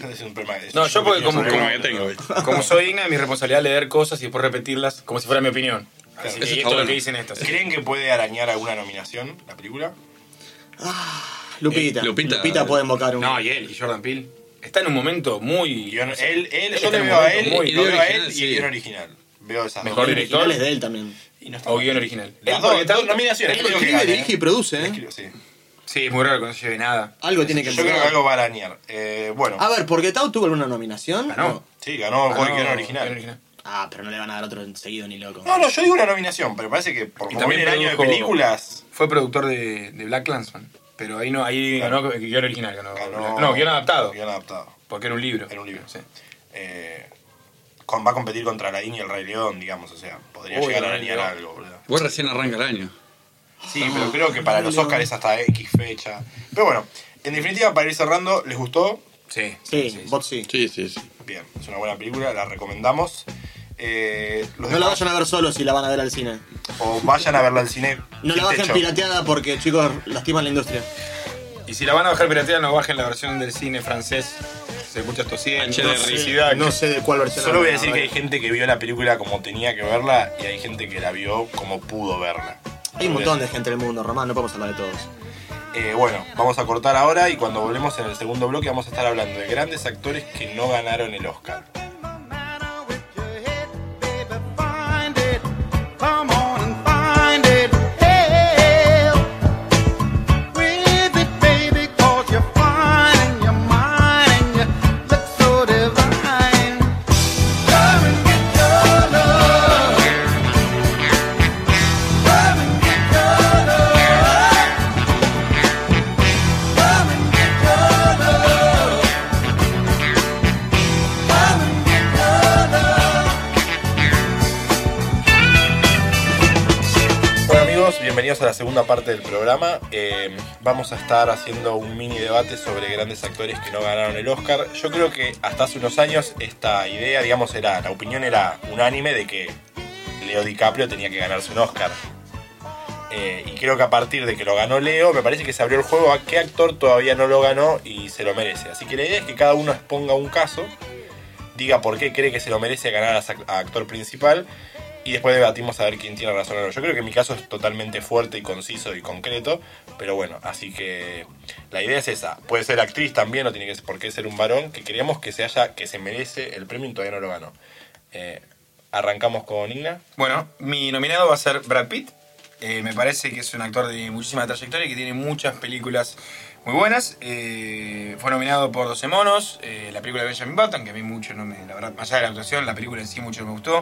A: Es un problema de-
B: No, yo porque como-
A: tengo-
D: Como que tengo, ¿viste?
B: Como soy digna, es mi responsabilidad leer cosas y después repetirlas como si fuera mi opinión.
A: Claro,
B: Así que
D: eso
B: y
D: está
B: esto es lo
D: bueno.
B: que dicen estos.
A: ¿Creen que puede arañar alguna nominación la película?
C: Lupita.
D: Eh, Lupita.
C: Lupita, puede invocar un.
B: No, y él, y Jordan Peele. Está en un momento muy.
A: Y yo, no-
B: o sea,
A: él, él,
B: está
A: yo le
B: en un
A: veo a
B: momento
A: él,
B: muy-
A: y lo veo a
D: Idea
A: él
D: original,
A: y el
D: sí.
A: guion original. Veo esas
B: Mejor
A: dos.
C: El
B: director.
C: original es de él también.
A: Y no está
B: O
A: mal.
B: guión original.
A: Las
B: Él,
A: dos,
B: porque está-
A: dos nominaciones.
C: Él
A: creo que
C: escribe,
A: gana,
C: dirige
A: ¿eh?
C: y produce, ¿eh?
A: Escribe, sí.
B: Sí, es muy raro que no se lleve nada.
C: Algo tiene que Ah,
A: Yo creo que
C: empezar.
A: algo va a arañar. Eh, bueno,
C: A ver, porque Tau tuvo alguna nominación.
B: Ganó.
A: sí, ganó mejor
B: Ganó
A: guion
B: guión
A: original.
C: Ah, pero no le van a dar otro seguido ni loco.
A: No, no, yo digo una nominación, pero parece que por
B: Y
A: como
B: también
A: viene el año de
B: produjo-
A: películas,
B: Fue productor de, de Black Clansman. Pero ahí no, ahí ganó el guión original. Ganó,
A: ganó.
B: no, guión adaptado.
A: Guión adaptado.
B: Porque era un libro.
A: Era un libro.
B: Sí.
A: Eh, con, va a competir contra Aladdin y el Rey León, digamos, o sea, podría
B: Uy,
A: llegar a
B: el Rey
A: arañar
B: León. Ah,
A: algo, boludo.
D: Vos recién arranca el año.
A: Sí, pero creo que para los Oscars es hasta X fecha. Pero bueno, en definitiva, para ir cerrando, ¿les gustó?
B: Sí.
C: Sí, vos sí.
D: Sí, sí, sí.
A: Bien, es una buena película, la recomendamos. Eh, los
C: No la
A: demás-
C: vayan a ver solo si la van a ver al cine.
A: O vayan a verla al cine.
C: No
A: sin
C: la bajen
A: techo.
C: pirateada porque, chicos, lastiman la industria.
B: Y si la van a bajar pirateada, no bajen la versión del cine francés. Se escucha tosiendo.
D: HD.
B: publicidad,
C: No sé de cuál versión.
A: Solo voy a
C: hablan,
A: decir que hay
C: la
A: gente que vio la película como tenía que verla y hay gente que la vio como pudo verla.
C: verdad. Hay un montón de gente en el mundo, Román, no podemos hablar de todos.
A: Eh, bueno, vamos a cortar ahora y cuando volvemos en el segundo bloque vamos a estar hablando de grandes actores que no ganaron el Oscar. Bueno amigos, bienvenidos a la segunda parte del programa. Eh, vamos a estar haciendo un mini debate sobre grandes actores que no ganaron el Oscar. Yo creo que hasta hace unos años esta idea, digamos, era, la opinión era unánime de que Leo DiCaprio tenía que ganarse un Oscar. Eh, y creo que a partir de que lo ganó Leo, me parece que se abrió el juego a qué actor todavía no lo ganó y se lo merece. Así que la idea es que cada uno exponga un caso, diga por qué cree que se lo merece ganar a sac- a actor principal y después debatimos a ver quién tiene razón o no. Yo creo que mi caso es totalmente fuerte y conciso y concreto, pero bueno, así que la idea es esa. Puede ser actriz también, no tiene que ser, por qué ser un varón, que creemos que se haya, que se merece el premio y todavía no lo ganó. Eh, arrancamos con Igna.
B: Bueno, mi nominado va a ser Brad Pitt. Eh, me parece que es un actor de muchísima trayectoria y que tiene muchas películas muy buenas. Eh, fue nominado por 12 monos, eh, la película de Benjamin Button, que a mí mucho no me... La verdad, más allá de la actuación, la película en sí mucho no me gustó.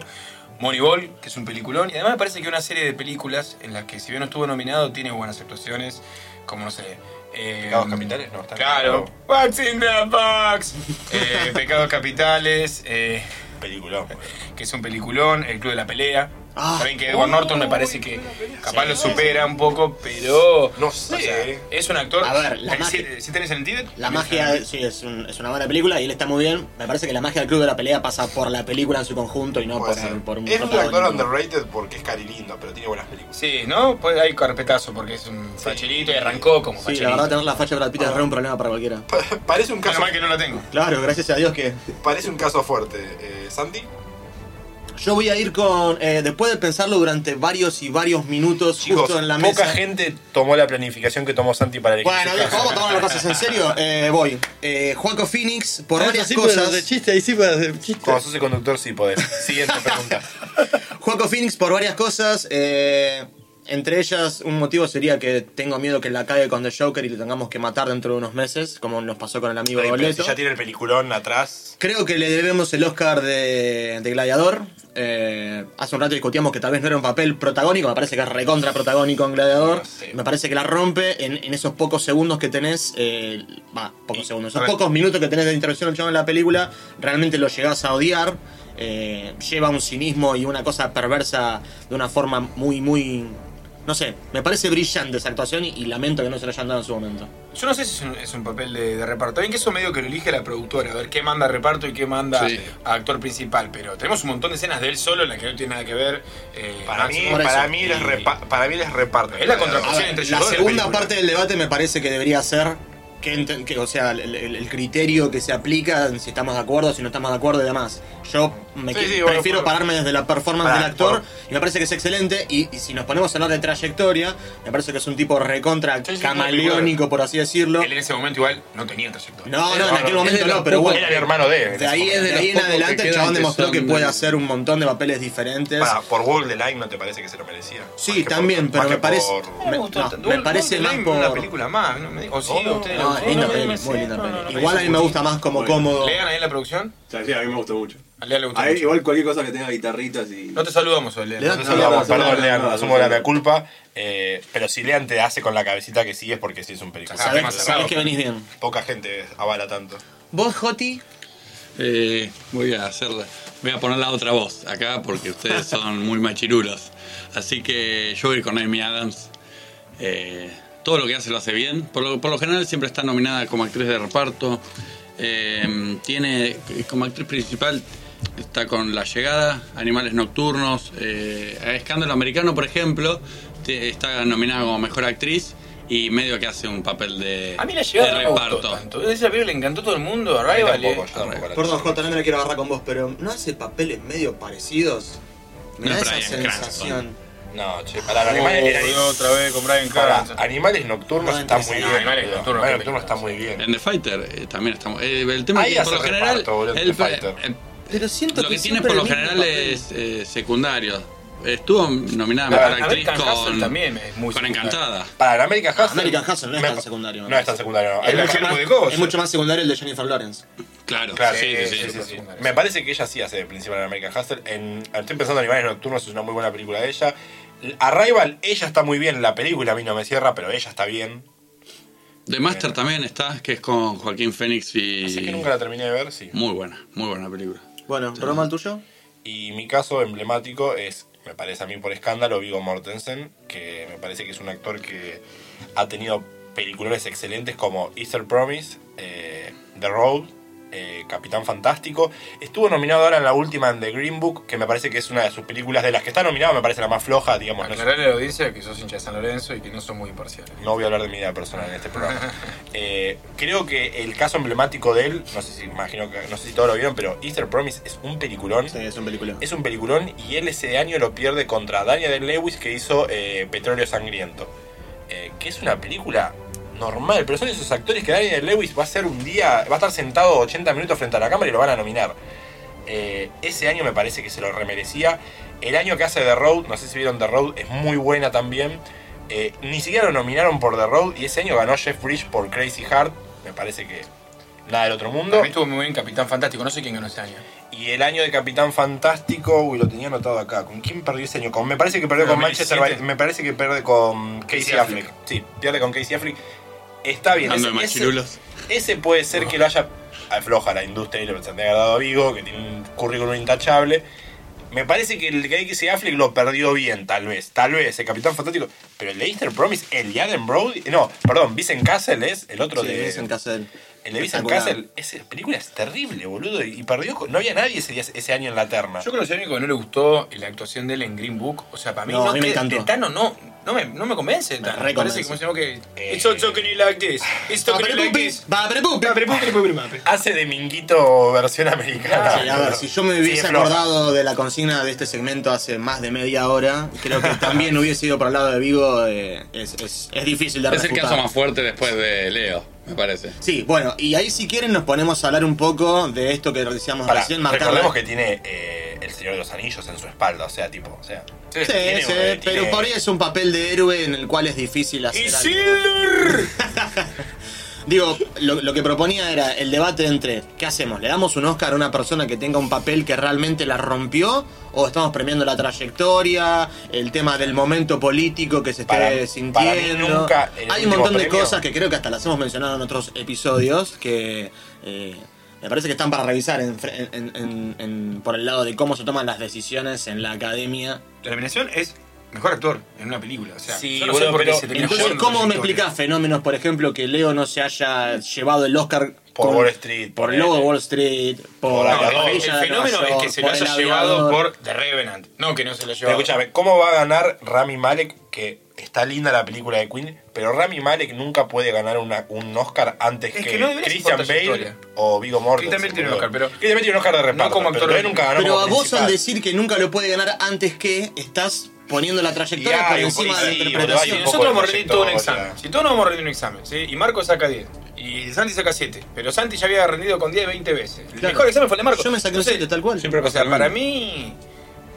B: Moneyball, que es un peliculón. Y además me parece que una serie de películas en las que, si bien no estuvo nominado, tiene buenas actuaciones, como, no sé... eh,
A: Pecados Capitales, no, está
B: Claro. What's in the box? Eh, Pecados Capitales. eh,
A: Película. eh,
B: que es un peliculón, El Club de la Pelea,
C: Ah.
B: Saben que Edward Norton me parece que capaz lo supera un poco, pero.
A: No sé.
B: o sea, es un actor.
C: A ver, la
B: que si,
C: magia-
B: si tiene sentido.
C: La
B: tiene
C: magia,
B: sentido.
C: sí, es, un- es una buena película y él está muy bien. Me parece que la magia del club de la pelea pasa por la película en su conjunto y no
A: Puede
C: por,
A: ser.
C: por un
A: es un actor
C: protagonismo.
A: underrated porque es carilindo, pero tiene buenas películas.
B: Sí, ¿no? Pues hay carpetazo porque es un fachilito y arrancó como
C: Sí,
B: fachilito.
C: la verdad, tener la facha de Brad Pitt es re un problema para cualquiera.
A: Pa- parece, un
B: Menos
A: caso,
B: mal que no lo tengo.
C: Claro, gracias a Dios que.
A: parece un caso fuerte. Eh, Sandy,
C: Yo voy a ir con. eh, después de pensarlo durante varios y varios minutos,
A: chicos,
C: justo en la
A: poca
C: mesa.
A: gente tomó la planificación que tomó Santi para elegir.
C: Bueno,
A: su
C: viejo,
A: caso.
C: vamos a tomar las cosas en serio. Eh, voy. Eh, Juanco Phoenix, por
D: Ah,
C: varias
D: sí, pero
C: cosas.
D: de chiste, ahí sí para hacer chiste.
A: Cuando sos el conductor, sí podés. Siguiente pregunta.
C: Juanco Phoenix por varias cosas. eh, entre ellas, un motivo sería que tengo miedo que la cague con The Joker y lo tengamos que matar dentro de unos meses, como nos pasó con el amigo
A: Pero
C: Boleto.
A: si ya tiene el peliculón atrás.
C: Creo que le debemos el Oscar de, de Gladiador. Eh, hace un rato discutíamos que tal vez no era un papel protagónico, me parece que es recontra protagónico en Gladiador.
A: No sé.
C: Me parece que la rompe en, en esos pocos segundos que tenés, eh, va, pocos
A: Y-
C: segundos, esos
A: a ver.
C: pocos minutos que tenés de intervención del chabón en la película, realmente lo llegás a odiar. Eh, lleva un cinismo y una cosa perversa de una forma muy, muy... No sé, me parece brillante esa actuación y, y lamento que no se lo hayan dado en su momento.
B: Yo no sé si es un, es un papel de, de reparto. Bien que eso medio que lo elige la productora, a ver qué manda reparto y qué manda
D: Sí.
B: a actor principal. Pero tenemos un montón de escenas de él solo en las que no tiene nada que ver. eh,
A: Para
B: Max
A: mí,
C: Ah, por
B: Morris.
A: para
C: eso.
A: mí, les
B: Y-
A: repa- para mí les reparto.
B: Es la contraparte.
C: A
B: Sí,
C: ver,
B: entre
C: la
B: ellos dos de
C: segunda
B: película.
C: parte del debate me parece que debería ser que, enten- que, o sea, el, el- el criterio que se aplica, si estamos de acuerdo, si no estamos de acuerdo y demás. Yo me
A: Sí,
C: que-
A: sí, bueno,
C: prefiero
A: por-
C: pararme desde la performance
A: Pará,
C: del actor
A: por-
C: y me parece que es excelente. Y, y si nos ponemos a hablar de trayectoria, me parece que es un tipo recontra
A: Sí, sí,
C: camaleónico, por así decirlo.
B: Él en ese momento igual no tenía trayectoria.
C: No, no,
A: no,
C: en aquel
A: no,
D: es
C: momento
D: de los
C: no, pero
D: pocos-
C: bueno.
A: Era el hermano de. él.
C: De ahí,
D: es de
C: de
D: los
C: ahí en
D: pocos que
C: adelante el
D: quedan
C: chabón
D: que
C: demostró
D: son
C: que puede
D: de-
C: hacer un montón de papeles diferentes.
A: Para- por World the Line no te parece que se lo merecía. Más
C: sí,
A: que por-
C: también, pero
A: más que
C: me parece...
A: por-
B: No
C: me-
B: me gustó
C: no,
B: tanto.
C: me
B: Duel-
C: parece
B: Duel
C: más
B: Dragon,
C: por... Oh,
B: Una película más. ¿no? Me di- ¿O sí?
A: No,
B: ¿A ustedes
C: No,
B: les gustó?
C: linda
B: me-
C: peli,
B: me-
C: muy linda
B: no,
C: peli.
B: no, no,
C: Igual a mí me gusta más como
E: Bueno,
C: cómodo.
B: ¿Lean ahí en la producción?
E: O sea, sí, a mí me gustó mucho.
B: A Lea le gustó
E: A él,
B: mucho.
E: igual cualquier cosa que tenga guitarritas y.
B: No te saludamos, hoy, Lea.
C: Lean,
A: No
E: No,
A: saludamos,
E: no, no,
A: perdón,
E: no,
A: Lean,
E: no, no,
A: asumo
E: no,
A: la
E: no.
A: mea culpa. eh, pero si Lean te hace con la cabecita que sí es porque sí es un película.
B: Sacá,
C: Sabés,
B: más
C: sabés
B: cerrado.
C: que venís bien.
A: Poca gente avala tanto.
C: ¿Vos, Joti?
D: Eh, voy a hacerla. Voy a poner la otra voz acá porque ustedes son muy machirulos. Así que yo voy con Amy Adams. Eh, todo lo que hace lo hace bien. Por lo, por lo general siempre está nominada como actriz de reparto. Eh, tiene como actriz principal está con La Llegada, Animales Nocturnos, eh, a Escándalo Americano, por ejemplo, te- está nominada como mejor actriz y medio que hace un papel de,
B: A mí la
D: de
B: llegada no me gustó
D: reparto.
B: tanto. Esa película le encantó a todo el mundo. Arrival.
A: Tampoco,
B: eh.
A: yo tampoco la-
C: Perdón, Jota, no me la quiero agarrar con vos, pero ¿no hace papeles medio parecidos? Me
D: No
C: da
D: es
C: esa
D: Bryan Cranston.
C: sensación.
A: No, che, para los animales era-
B: Volvió otra vez con Brian
A: para
B: Cranston.
A: animales nocturnos
C: No,
A: está
C: entonces,
A: muy
B: no,
A: bien.
B: Animales
A: boludo.
B: Nocturnos,
A: Animales
B: qué
A: nocturnos está muy bien.
D: En The Fighter eh, también estamos. eh, el tema
A: Ahí
D: es que
A: hace
D: por lo general.
A: reparto, boludo, en
D: el
A: The
D: pa-
A: Fighter.
D: eh,
C: Pero siento
D: lo
C: que
D: que tiene
C: siempre
D: por lo
C: el mismo
D: general
C: papel.
D: es eh, secundario. Estuvo nominada
B: A
D: mejor
B: ver,
D: actriz
B: American Hustle
D: con,
B: también es muy
D: con
B: secundario.
D: Encantada.
A: Para el American Hustle.
C: Ah, American Hustle no es
A: me-
C: tan secundario, me
A: No es
C: parece.
A: tan secundario, no.
C: Es,
A: Es la-
C: mucho
B: Guillermo
C: más,
B: de Cos.
C: es mucho más secundario el de Jennifer Lawrence.
D: Claro,
A: Claro,
D: sí, sí,
A: sí,
D: sí.
A: sí.
B: sí.
A: Me parece que ella sí hace de principal en American Hustle. En, estoy pensando en Animales Nocturnos, es una muy buena película de ella. Arrival, ella está muy bien, la película a mí no me cierra, pero ella está bien.
D: The Master también está, que es con Joaquín Phoenix
A: Así
D: y.
A: que nunca la terminé de ver, sí.
D: Muy buena, muy buena película.
C: Bueno, ¿programa el tuyo?
A: Y mi caso emblemático es, me parece a mí por escándalo, Vigo Mortensen, que me parece que es un actor que ha tenido peliculones excelentes como Easter Promise, eh, The Road, eh, Capitán Fantástico. Estuvo nominado ahora en la última en The Green Book, que me parece que es una de sus películas de las que está nominado, me parece la más floja, digamos. no es-
B: Aclararle a la audiencia que sos hincha de San Lorenzo y que no sos muy imparcial.
A: no voy a hablar de mi vida personal en este programa. Eh, creo que el caso emblemático de él, no sé si imagino que, no sé si todos lo vieron, pero Easter Promise es un peliculón.
C: Sí, es un película.
A: Es un peliculón y él ese año lo pierde contra Daniel Lewis que hizo eh, Petróleo Sangriento. Eh, que es una película normal, pero son esos actores que Daniel Lewis va a ser un día, va a estar sentado 80 minutos frente a la cámara y lo van a nominar. Eh, ese año me parece que se lo remerecía. El año que hace The Road, no sé si vieron The Road, es muy buena también. Eh, ni siquiera lo nominaron por The Road y ese año ganó Jeff Bridge por Crazy Heart. Me parece que nada del otro mundo.
B: Para mí estuvo muy bien Capitán Fantástico, no sé quién ganó ese año.
A: Y el año de Capitán Fantástico, uy, lo tenía anotado acá. ¿Con quién perdió ese año? Con, me parece que perdió con
B: 2007.
A: Manchester United. Me parece que pierde con Casey
B: Casey
A: Affleck.
B: Affleck.
A: Sí, pierde con Casey Affleck. Está bien.
D: Ando
A: Ese,
D: de
A: ese,
D: machirulos.
A: ese puede ser que lo haya afloja la industria y lo tendría que haber dado a Vigo, que tiene un currículum intachable. Me parece que el que se Affleck lo perdió bien, tal vez. Tal vez, el Capitán Fantástico. Pero el de Easter Promise, el de Adam Brody. No, perdón, Vincent Castle es el otro
C: Sí,
A: de.
C: Vincent Cassel.
A: El de Vincent
C: Espectacular.
A: Castle. Esa película es terrible, boludo. Y perdió. con- No había nadie ese, día- ese año en la terna.
B: Yo creo que lo único que no le gustó la actuación de él en Green Book. O sea, para mí,
C: No,
B: no,
C: a mí me
B: te-
C: encantó.
B: de Tano no, no, me, no me convence. Tano. Me parece
C: reconvence. Ah,
B: que como si no que.
A: Eh.
B: It's all talking like this. It's talking like
C: Paperepupi,
B: this.
C: paperepupi.
A: Hace de Minguito versión americana.
C: Sí, a ver, si yo me
A: Ah, Sí,
C: hubiese
A: es floja.
C: acordado de la consigna de este segmento hace más de media hora, creo que también hubiese ido por el lado de Vigo. eh, es, es- es difícil de
D: Es el
C: refutar.
D: caso más fuerte después de Leo, me parece.
C: Sí, bueno, y ahí si quieren nos ponemos a hablar un poco de esto que decíamos
A: Pará,
C: recién, marcar.
A: recordemos que tiene eh, el Señor de los Anillos en su espalda, o sea, tipo, o sea.
C: Sí,
A: tiene-
C: sí,
A: tiene-
C: pero por ahí es un papel de héroe en el cual es difícil hacer algo.
B: Isildur.
C: Digo, lo, lo que proponía era el debate entre, ¿qué hacemos? ¿Le damos un Oscar a una persona que tenga un papel que realmente la rompió? ¿O estamos premiando la trayectoria, el tema del momento político que se esté
A: Para- para
C: sintiendo?
A: mí nunca el
C: Hay un
A: último
C: montón de
A: premio-
C: cosas que creo que hasta las hemos mencionado en otros episodios que... eh, me parece que están para revisar en fre- en- en- en- por el lado de cómo se toman las decisiones en la academia.
B: La nominación es mejor actor en una película. O sea,
A: Sí,
B: yo no
A: boludo,
B: sé por qué
A: pero-
B: se termina
C: Entonces,
B: jugando
C: ¿cómo
B: con
C: me
B: esa historia.
C: explicás fenómenos, por ejemplo, que Leo no se haya llevado el Oscar
A: Por
C: con-
A: Wall Street,
C: Por el
A: ponele.
C: logo de Wall Street, por
A: Por
C: la
A: Avatar.
B: No, el
C: parrilla de Nueva
B: fenómeno es
C: York,
B: que se lo
C: por el
B: haya llevado
C: aviador.
B: por The Revenant. No, que no se lo haya
A: Pero
B: llevado.
A: escúchame, ¿cómo va a ganar Rami Malek? Que está linda la película de Queen, pero Rami Malek nunca puede ganar una- un Oscar antes
B: Es
A: que,
B: que no debería
A: Christian
B: importar su
A: Bale
B: historia.
A: o Vigo Mortensen.
B: Christian Bale tiene un
A: boludo.
B: Oscar, pero-
A: Christian Bale tiene un Oscar de reparto,
B: como actor
A: pero él
B: de-
A: nunca ganó
C: Pero
A: como
C: a vos al
A: principal.
C: decir que nunca lo puede ganar antes que estás poniendo la trayectoria
A: Ya,
C: por
A: y-
C: encima de la
A: sí, boludo,
B: Si
A: hay
C: interpretación.
A: un poco
B: nosotros
A: de
B: vamos a rendir todo un
A: trayectoria.
B: examen. Si todos nos vamos a rendir un examen, ¿sí? Y Marco saca 10. Y Santi saca 7. Pero Santi ya había rendido con 10 20 veces. El
C: Claro.
B: mejor examen fue el de Marco.
C: Yo me saqué un
B: Entonces,
C: 7 tal cual.
D: Siempre
B: O
D: pasa
B: sea,
D: lo
B: para
D: mismo.
B: mí.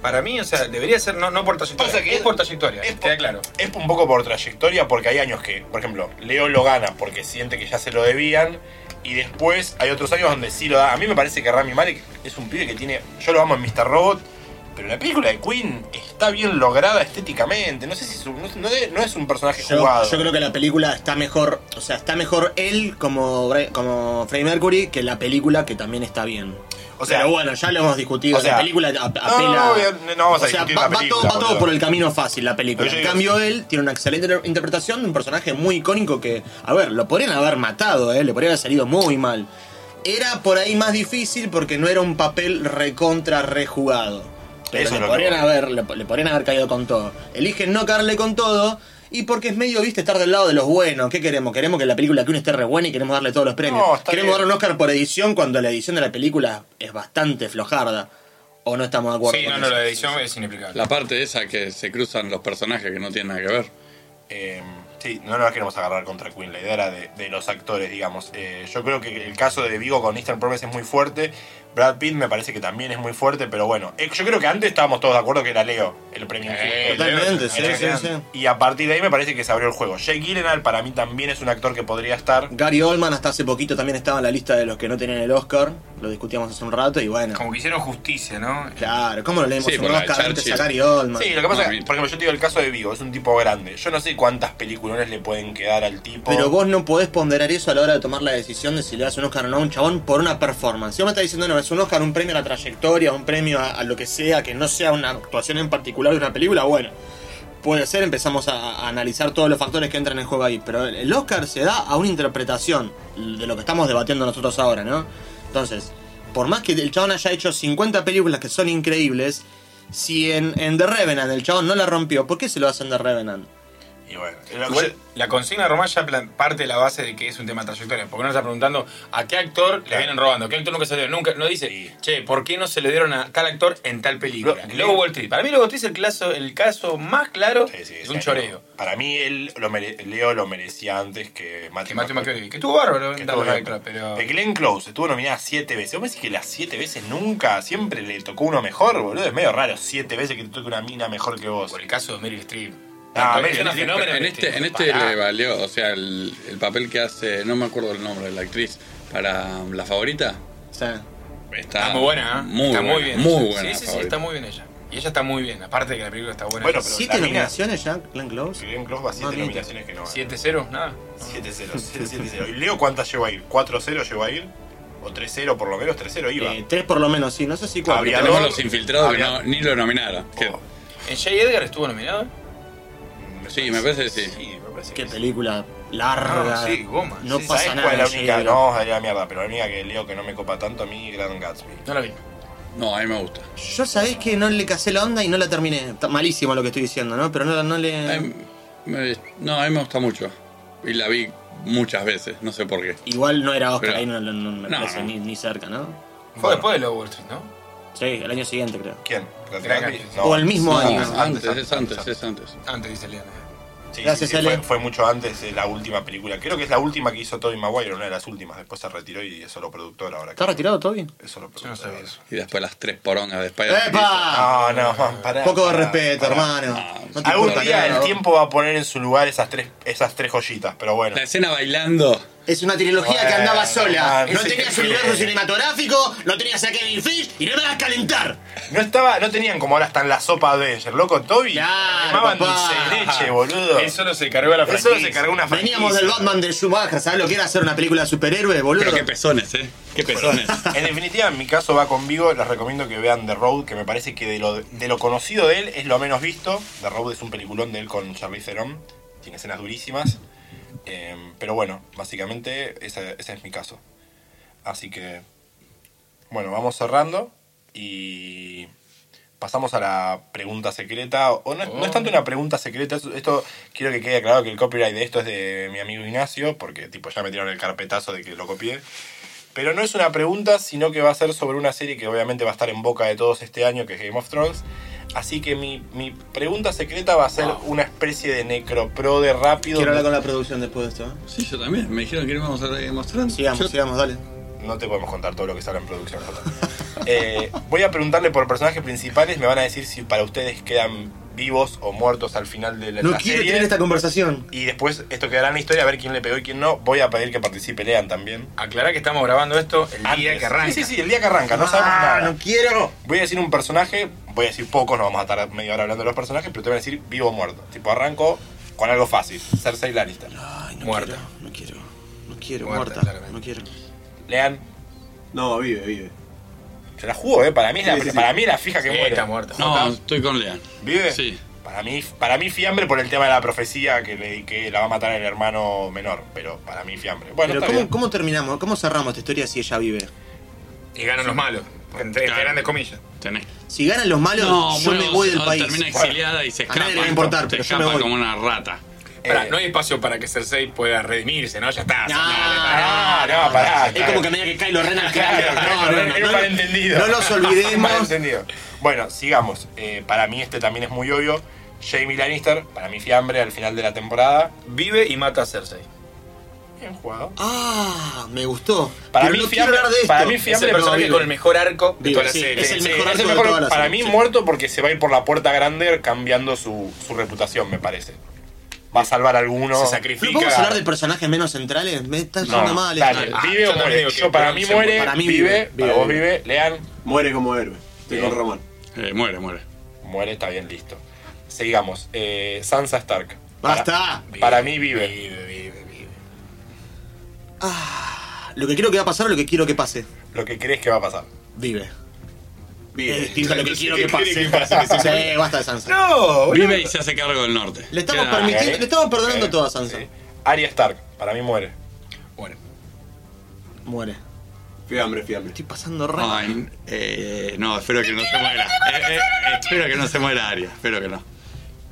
B: Para mí, o sea, debería ser no, no por trayectoria.
A: Pasa que
B: es por trayectoria.
A: Es,
B: queda claro.
A: es un poco por trayectoria, porque hay años que, por ejemplo, Leo lo gana porque siente que ya se lo debían. Y después hay otros años donde sí lo da. A mí me parece que Rami Malek es un pibe que tiene. Yo lo amo en Mr. Robot. Pero la película de Queen está bien lograda estéticamente. No sé si es un- no, no de- no es un personaje
C: Yo,
A: jugado.
C: yo creo que la película está mejor, o sea, está mejor él como, Bra- como Freddie Mercury que la película que también está bien.
A: O sea-
C: Pero bueno, ya lo hemos discutido.
A: o sea,
C: la película ap-
A: no,
C: apela.
A: no, no, no vamos a
C: o sea,
A: discutir
C: va,
A: la
C: va todo-
A: película,
C: va todo,
A: boludo.
C: por el camino fácil la película.
A: Pero yo
C: En
A: digo-
C: cambio, él tiene una excelente inter- interpretación de un personaje muy icónico que, a ver, lo podrían haber matado, ¿eh? le podría haber salido muy mal. Era por ahí más difícil porque no era un papel recontra rejugado. Pero
A: Eso es lo
C: le,
A: que
C: podrían
A: voy.
C: haber, le, le podrían haber caído con todo. Eligen no caerle con todo. Y porque es medio, viste, estar del lado de los buenos. ¿Qué queremos? Queremos que la película que uno esté re buena y queremos darle todos los premios.
A: No, está
C: queremos
A: bien.
C: dar un Oscar por edición cuando la edición de la película es bastante flojarda. ¿O no estamos de acuerdo?
B: Sí,
C: con
B: no, no,
C: eso?
B: la edición es inexplicable.
D: La parte esa que se cruzan los personajes que no tienen nada que ver.
A: Eh, sí, no nos queremos agarrar contra Queen. La idea era de, de los actores, digamos. Eh, yo creo que el caso de Vigo con Eastern Promise es muy fuerte. Brad Pitt me parece que también es muy fuerte, pero bueno. Eh, yo creo que antes estábamos todos de acuerdo que era Leo el premio.
B: Eh,
A: injusto.
C: Totalmente, sí,
B: Leo,
C: sí, sí.
A: Y a partir de ahí me parece que se abrió el juego. Jake Gyllenhaal para mí también es un actor que podría estar.
C: Gary Oldman hasta hace poquito también estaba en la lista de los que no tenían el Oscar. Lo discutíamos hace un rato y bueno.
B: Como que hicieron justicia, ¿no?
C: Claro, ¿cómo no le dimos
D: Sí,
C: un
D: por la de
C: Oscar antes a
D: Churchill.
C: Gary Oldman?
A: Sí, lo que pasa es que,
D: Mamita.
A: por ejemplo, yo te digo el caso de Vigo, es un tipo grande. Yo no sé cuántas peliculones le pueden quedar al tipo.
C: Pero vos no podés ponderar eso a la hora de tomar la decisión de si le das un Oscar o no a un chabón por una performance. Si vos me estás diciendo, no, es un Oscar, un premio a la trayectoria, un premio a, a lo que sea, que no sea una actuación en particular de una película, bueno, puede ser, empezamos a, a analizar todos los factores que entran en juego ahí. Pero el- el Oscar se da a una interpretación de lo que estamos debatiendo nosotros ahora, ¿no? Entonces, por más que el chabón haya hecho 50 películas que son increíbles, si en, en The Revenant el chabón no la rompió, ¿por qué se lo hacen The Revenant?
A: Y bueno, lo-
B: Igual, la consigna de Román ya plan- parte de la base de que es un tema de trayectoria. Porque uno está preguntando a qué actor le vienen robando, qué actor nunca se le dio, nunca, no dice,
A: Sí.
B: che, ¿por qué no se le dieron a tal actor en tal película?
A: Lo-
B: Lobo Wall Street. Para mí Lobo Wall Street es el caso, el caso más claro
A: Sí, sí,
B: es
A: sí,
B: un
A: no.
B: choreo.
A: Para mí, él lo mere- Leo lo merecía antes que Matthew
B: Que Matthew
A: McConaughey.
B: McConaughey, que estuvo bárbaro
A: Que
B: en
A: estuvo
B: Dallas
A: bien.
B: Club, pero...
A: Eh, Glenn Close estuvo nominada siete veces. ¿Vos me decís que las siete veces nunca siempre le tocó uno mejor, boludo? Es medio raro, siete veces que te toque una mina mejor que vos.
B: Por el caso de Meryl Streep.
A: Ah,
B: Tanto-
A: Meryl
B: es una
A: Streep,
B: fenómeno
D: en
B: Meryl
D: este,
B: Streep.
D: en este
B: Pará.
D: le valió, o sea, el, el papel que hace, no me acuerdo el nombre de la actriz, para um, la favorita,
C: O sea,
D: está,
B: Está muy buena, ¿eh? está muy
D: buena,
B: bien.
D: Muy
B: Sí, Sí,
D: buena.
B: sí,
D: la
B: sí, está
D: favorita.
B: muy bien ella. Y ella está muy bien, aparte de que la película está buena.
A: Bueno, pero
C: ¿Siete
A: la mina-
C: nominaciones ya, Glenn Close?
A: Glenn Close va a siete
C: Mamita.
A: nominaciones que no gana.
B: 7-0, nada.
A: 7-0, 7-0. ¿Y Leo cuántas llegó a ir? ¿4-0 llegó a ir? o 3-0 por lo menos, 3-0 iba.
C: Eh, tres por lo menos, sí. No sé si cuatro.
A: Había
C: pero-
D: Tenemos
A: no,
D: los infiltrados que
A: había-
D: no- ni lo nominaron. Que-
A: Oh,
B: ¿En J. Edgar estuvo nominado?
D: Sí, me parece que sí.
A: Sí, me parece
C: Qué
A: que sí.
C: película larga.
B: Ah, sí, goma.
C: No
B: Sí,
C: pasa
A: ¿Sabes
C: nada.
A: cuál es
C: sí,
A: la única?
C: pero-
A: No, es la mierda, pero la única que leo que no me copa tanto a mí, Gran Gatsby.
B: No lo vi.
D: No, a mí me gusta.
C: Yo sabés que no le casé la onda y no la terminé. Está malísimo lo que estoy diciendo, ¿no? Pero no, no
D: A
C: le.
D: mí me- no, a mí me gusta mucho. Y la vi muchas veces, no sé por qué.
C: Igual no era Oscar,
D: Pero-
C: ahí no, no- no me
D: No,
C: parece
D: no.
C: Ni, ni cerca, ¿no?
B: Fue
A: Bueno.
B: después de Low Wall Street, ¿no?
C: Sí, el año siguiente creo.
A: ¿Quién? ¿Gran
B: Gran
A: Gatsby?
B: Gatsby.
A: No.
C: O el mismo
D: No,
C: año.
D: es antes, es antes, es antes.
B: Antes dice Leandro.
A: Sí,
C: Gracias,
A: sí, sí,
C: Ale.
A: fue, fue mucho antes de la última película. Creo que es la última que hizo Tobey Maguire, una de las últimas. Después se retiró y es solo productor ahora.
C: ¿Está retirado Toby?
A: Es solo
B: Yo no
A: productor.
B: sabía eso.
D: Y después las tres porongas de Spider-Man.
C: ¡Epa!
A: No, no, man, pará.
C: Poco de
A: pará,
C: respeto,
A: pará.
C: hermano. No te
A: Algún
C: importa
A: día
C: nada,
A: el
C: vos.
A: tiempo va a poner en su lugar esas tres, esas tres joyitas, pero bueno.
D: La escena bailando.
C: Es una trilogía que
A: Bueno,
C: andaba sola.
A: man,
C: No
A: ese-
C: tenías universo cinematográfico, no tenías a Kevin Fish y no me hagas calentar.
A: No estaba, no tenían como ahora están la sopa Avenger, loco Toby.
C: Claro,
A: Llamaban
C: papá.
A: dulce de leche, boludo.
B: Eso no se cargó a la
A: Eso
B: franquicia.
A: se cargó una
C: Veníamos del
A: franquicia.
C: Batman de Schumacher, ¿sabes lo que era hacer una película de superhéroe, boludo?
D: Pero qué pezones, ¿eh? Qué pezones.
A: En definitiva, en mi caso va con Vigo, les recomiendo que vean The Road, que me parece que de lo, de lo conocido de él es lo menos visto. The Road es un peliculón de él con Charlize Theron, tiene escenas durísimas. Eh, pero bueno, básicamente ese, ese es mi caso. Así que, bueno, vamos cerrando y pasamos a la pregunta secreta. O no, es- no es tanto una pregunta secreta, es- esto quiero que quede claro que el copyright de esto es de mi amigo Ignacio, porque tipo ya me tiraron el carpetazo de que lo copié. Pero no es una pregunta, sino que va a ser sobre una serie que obviamente va a estar en boca de todos este año, que es Game of Thrones. Así que mi, mi pregunta secreta va a ser una especie de necropro de rápido.
C: Ah. Quiero hablar con la producción después de esto. ¿eh?
D: Sí, yo también. Me dijeron que no íbamos a demostrar.
C: Sigamos,
D: Yo-
C: sigamos, dale.
A: No te podemos contar todo lo que sale en producción. Jota. Eh, voy a preguntarle por personajes principales. Me van a decir si para ustedes quedan vivos o muertos al final de la,
C: No
A: la
C: quiero
A: serie.
C: tener esta conversación.
A: Y después esto quedará en la historia, a ver quién le pegó y quién no. Voy a pedir que participe Lean también.
B: Aclará que estamos grabando esto el día
A: Antes.
B: que arranca.
A: Sí, sí, sí, el día que arranca. No sabemos
C: Ah,
A: nada.
C: no quiero.
A: Voy a decir un personaje, voy a decir pocos, no vamos a estar media hora hablando de los personajes, pero te voy a decir vivo o muerto. Tipo, arranco con algo fácil. Cersei Lannister.
C: Ay, no
B: Muerta.
C: quiero, no quiero. No quiero,
B: Muerta,
C: muerta.
B: claramente.
C: No quiero.
A: Lean,
E: No, vive, vive.
A: se la jugó, ¿eh? Para mí es la,
E: Sí, sí, sí.
A: Para mí es la fija que
B: Sí,
A: muere.
B: está muerta.
D: No, estoy con Lean.
A: ¿Vive?
D: Sí.
A: Para mí, para mí fiambre por el tema de la profecía que, le, que la va a matar el hermano menor, pero para mí fiambre. Bueno,
C: Pero
A: está
C: ¿cómo,
A: bien.
C: ¿cómo terminamos? ¿Cómo cerramos esta historia si ella vive?
B: Y ganan los malos. Entre, entre
D: Claro.
B: grandes comillas.
D: Tenés.
C: Si ganan los malos,
D: No,
C: yo
D: bueno,
C: me voy del
D: no,
C: país.
D: termina exiliada y se
C: A
D: escapa.
C: nadie le va a importar,
D: se
C: pero yo me
D: escapa
C: voy.
D: como una rata.
B: Pará,
A: Eh,
B: no hay espacio para que Cersei pueda redimirse, ¿no? Ya está.
C: No,
B: sacale,
A: Ah,
B: pará.
A: no, pará.
C: Es como que me diga que Kylo Ren al
A: Claro,
C: No,
A: claro,
C: no,
A: era
C: no,
A: un
C: no,
A: malentendido.
C: no los olvidemos.
A: Malentendido. Bueno, sigamos. Eh, para mí este también es muy obvio. Jamie Lannister, para mí fiambre al final de la temporada.
B: Vive y mata a Cersei.
A: Bien jugado.
C: Ah, me gustó.
A: Para
C: Pero
A: mí
C: no quiero
A: fiambre-
C: hablar de esto.
A: para mí
B: Es
A: Fiambre,
B: el
A: pero
B: personaje
A: vive.
B: con el mejor arco de
C: Vive,
B: toda la
C: sí,
B: serie.
C: es el
A: Sí,
C: mejor
A: Eh, es
C: arco de
A: mejor-
C: toda la
A: para
C: serie,
A: mí
C: sí.
A: muerto porque se va a ir por la puerta grande cambiando su, su reputación, me parece. Va a salvar a alguno.
B: Se
C: ¿No
B: sacrifica.
C: podemos hablar de personajes menos centrales? Me estás yendo
A: No,
C: mal.
A: dale,
C: esto.
B: Ah,
A: vive o
B: yo también
A: muere.
B: digo que
A: Yo para mí
B: se
A: muere,
C: muere. Para mí
A: vive,
C: vive,
A: para
C: vive,
A: vos
C: vive.
A: vive, lean,
E: Muere como héroe. Estoy
A: Bien.
E: con Ramón.
D: Eh, muere, muere.
A: muere, está bien, listo. Sigamos. Eh, Sansa Stark. Para-
C: Basta.
A: Para, mí vive.
B: Vive, vive, vive.
C: Lo que quiero que va a pasar o lo que quiero que pase.
A: Lo que crees que va a pasar.
C: Vive. Es
E: Vive.
C: distinto a lo que quiero que
A: quiere
C: pase.
A: que pase?
C: Sí, basta de Sansa.
B: No,
D: Vive y se hace cargo del norte.
C: Le estamos
D: Queda-
C: permitiendo-
A: Eh,
C: le estamos perdonando
A: eh,
C: todo a Sansa.
A: eh. Arya Stark, para mí muere.
B: Bueno,
C: Muere.
E: Fiambre, fiambre.
C: Estoy pasando raro.
D: Ay, eh, no, espero que no se muera. Eh, eh, espero que no se muera Aria. Espero que no.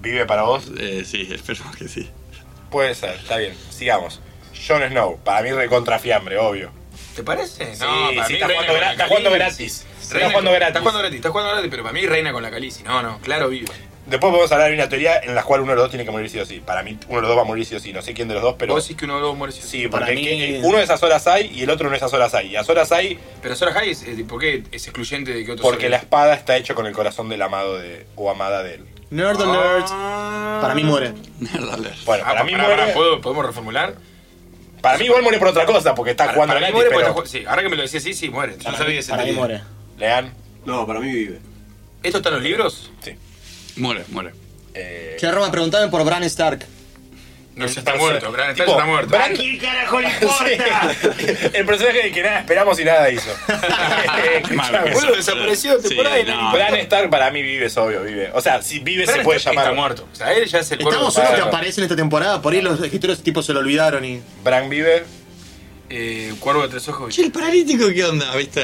A: Vive para vos.
D: Eh, sí, espero que sí.
A: Puede ser, está bien. Sigamos. Jon Snow, para mí recontra fiambre, obvio.
B: ¿te parece?
A: Sí, sí, está
B: reina
A: jugando
B: con la
A: gra- está jugando
B: Khaleesi.
A: gratis. Está
B: Reina
A: jugando
B: con-
A: gratis.
B: Está jugando gratis, está jugando gratis, pero para mí reina con la Calici. No, no, claro, vive.
A: Después podemos hablar de una teoría en la cual uno de los dos tiene que morir sí o sí. Para mí uno de los dos va a morir sí o sí. No sé quién de los dos, pero...
B: Vos decís que uno de los dos muere.
A: Sí, porque
C: Para
A: que-
C: mí-
A: que uno de esas horas hay y el otro no es esas horas hay. Y a horas hay
B: Pero Sora High, es, eh, ¿por qué es excluyente de que otros
A: porque la
B: las
A: espada está hecha con el corazón del amado de, o amada de él.
C: Nerd
B: Ah.
C: alert. Para mí muere.
D: Dale.
A: Bueno, para,
B: pues
A: mí muere,
B: ¿Podemos reformular?
A: para mí igual muere por otra cosa, porque está
B: Para-
A: jugando
B: para mí
A: gratis,
B: muere,
A: pero...
B: porque está ju- sí, ahora que me lo decís, sí, sí, muere. Yo no sabía ese
C: Para mí
B: detalle.
C: muere.
A: Lean,
E: No, para mí vive.
B: ¿Esto está en los libros?
A: sí.
D: Muere, muere.
A: Eh,
C: Che, Roma, preguntame por Bran Stark.
B: No,
A: el
B: ya está
A: perso-
B: muerto, Bran Stark
A: tipo,
B: está muerto.
A: Bran-
C: quién carajo le
A: Sí. el personaje del que nada esperamos y nada hizo. Eh,
D: Mal que
A: Escuchame.
B: Boludo,
D: eso.
B: desapareció
D: Sí,
B: temporada y
D: no.
A: Bran Stark para mí vive, es obvio, vive. O sea, si vive
B: Bran
A: se puede
B: está-
A: llamar.
B: Está muerto. O sea, él ya es el cuerpo.
C: Estamos seguros que
A: Claro.
C: aparece en esta temporada, por ahí los escritores tipo se lo olvidaron y.
A: Bran vive.
B: Eh, cuervo de tres ojos.
D: Che, el paralítico, ¿qué onda? ¿Viste?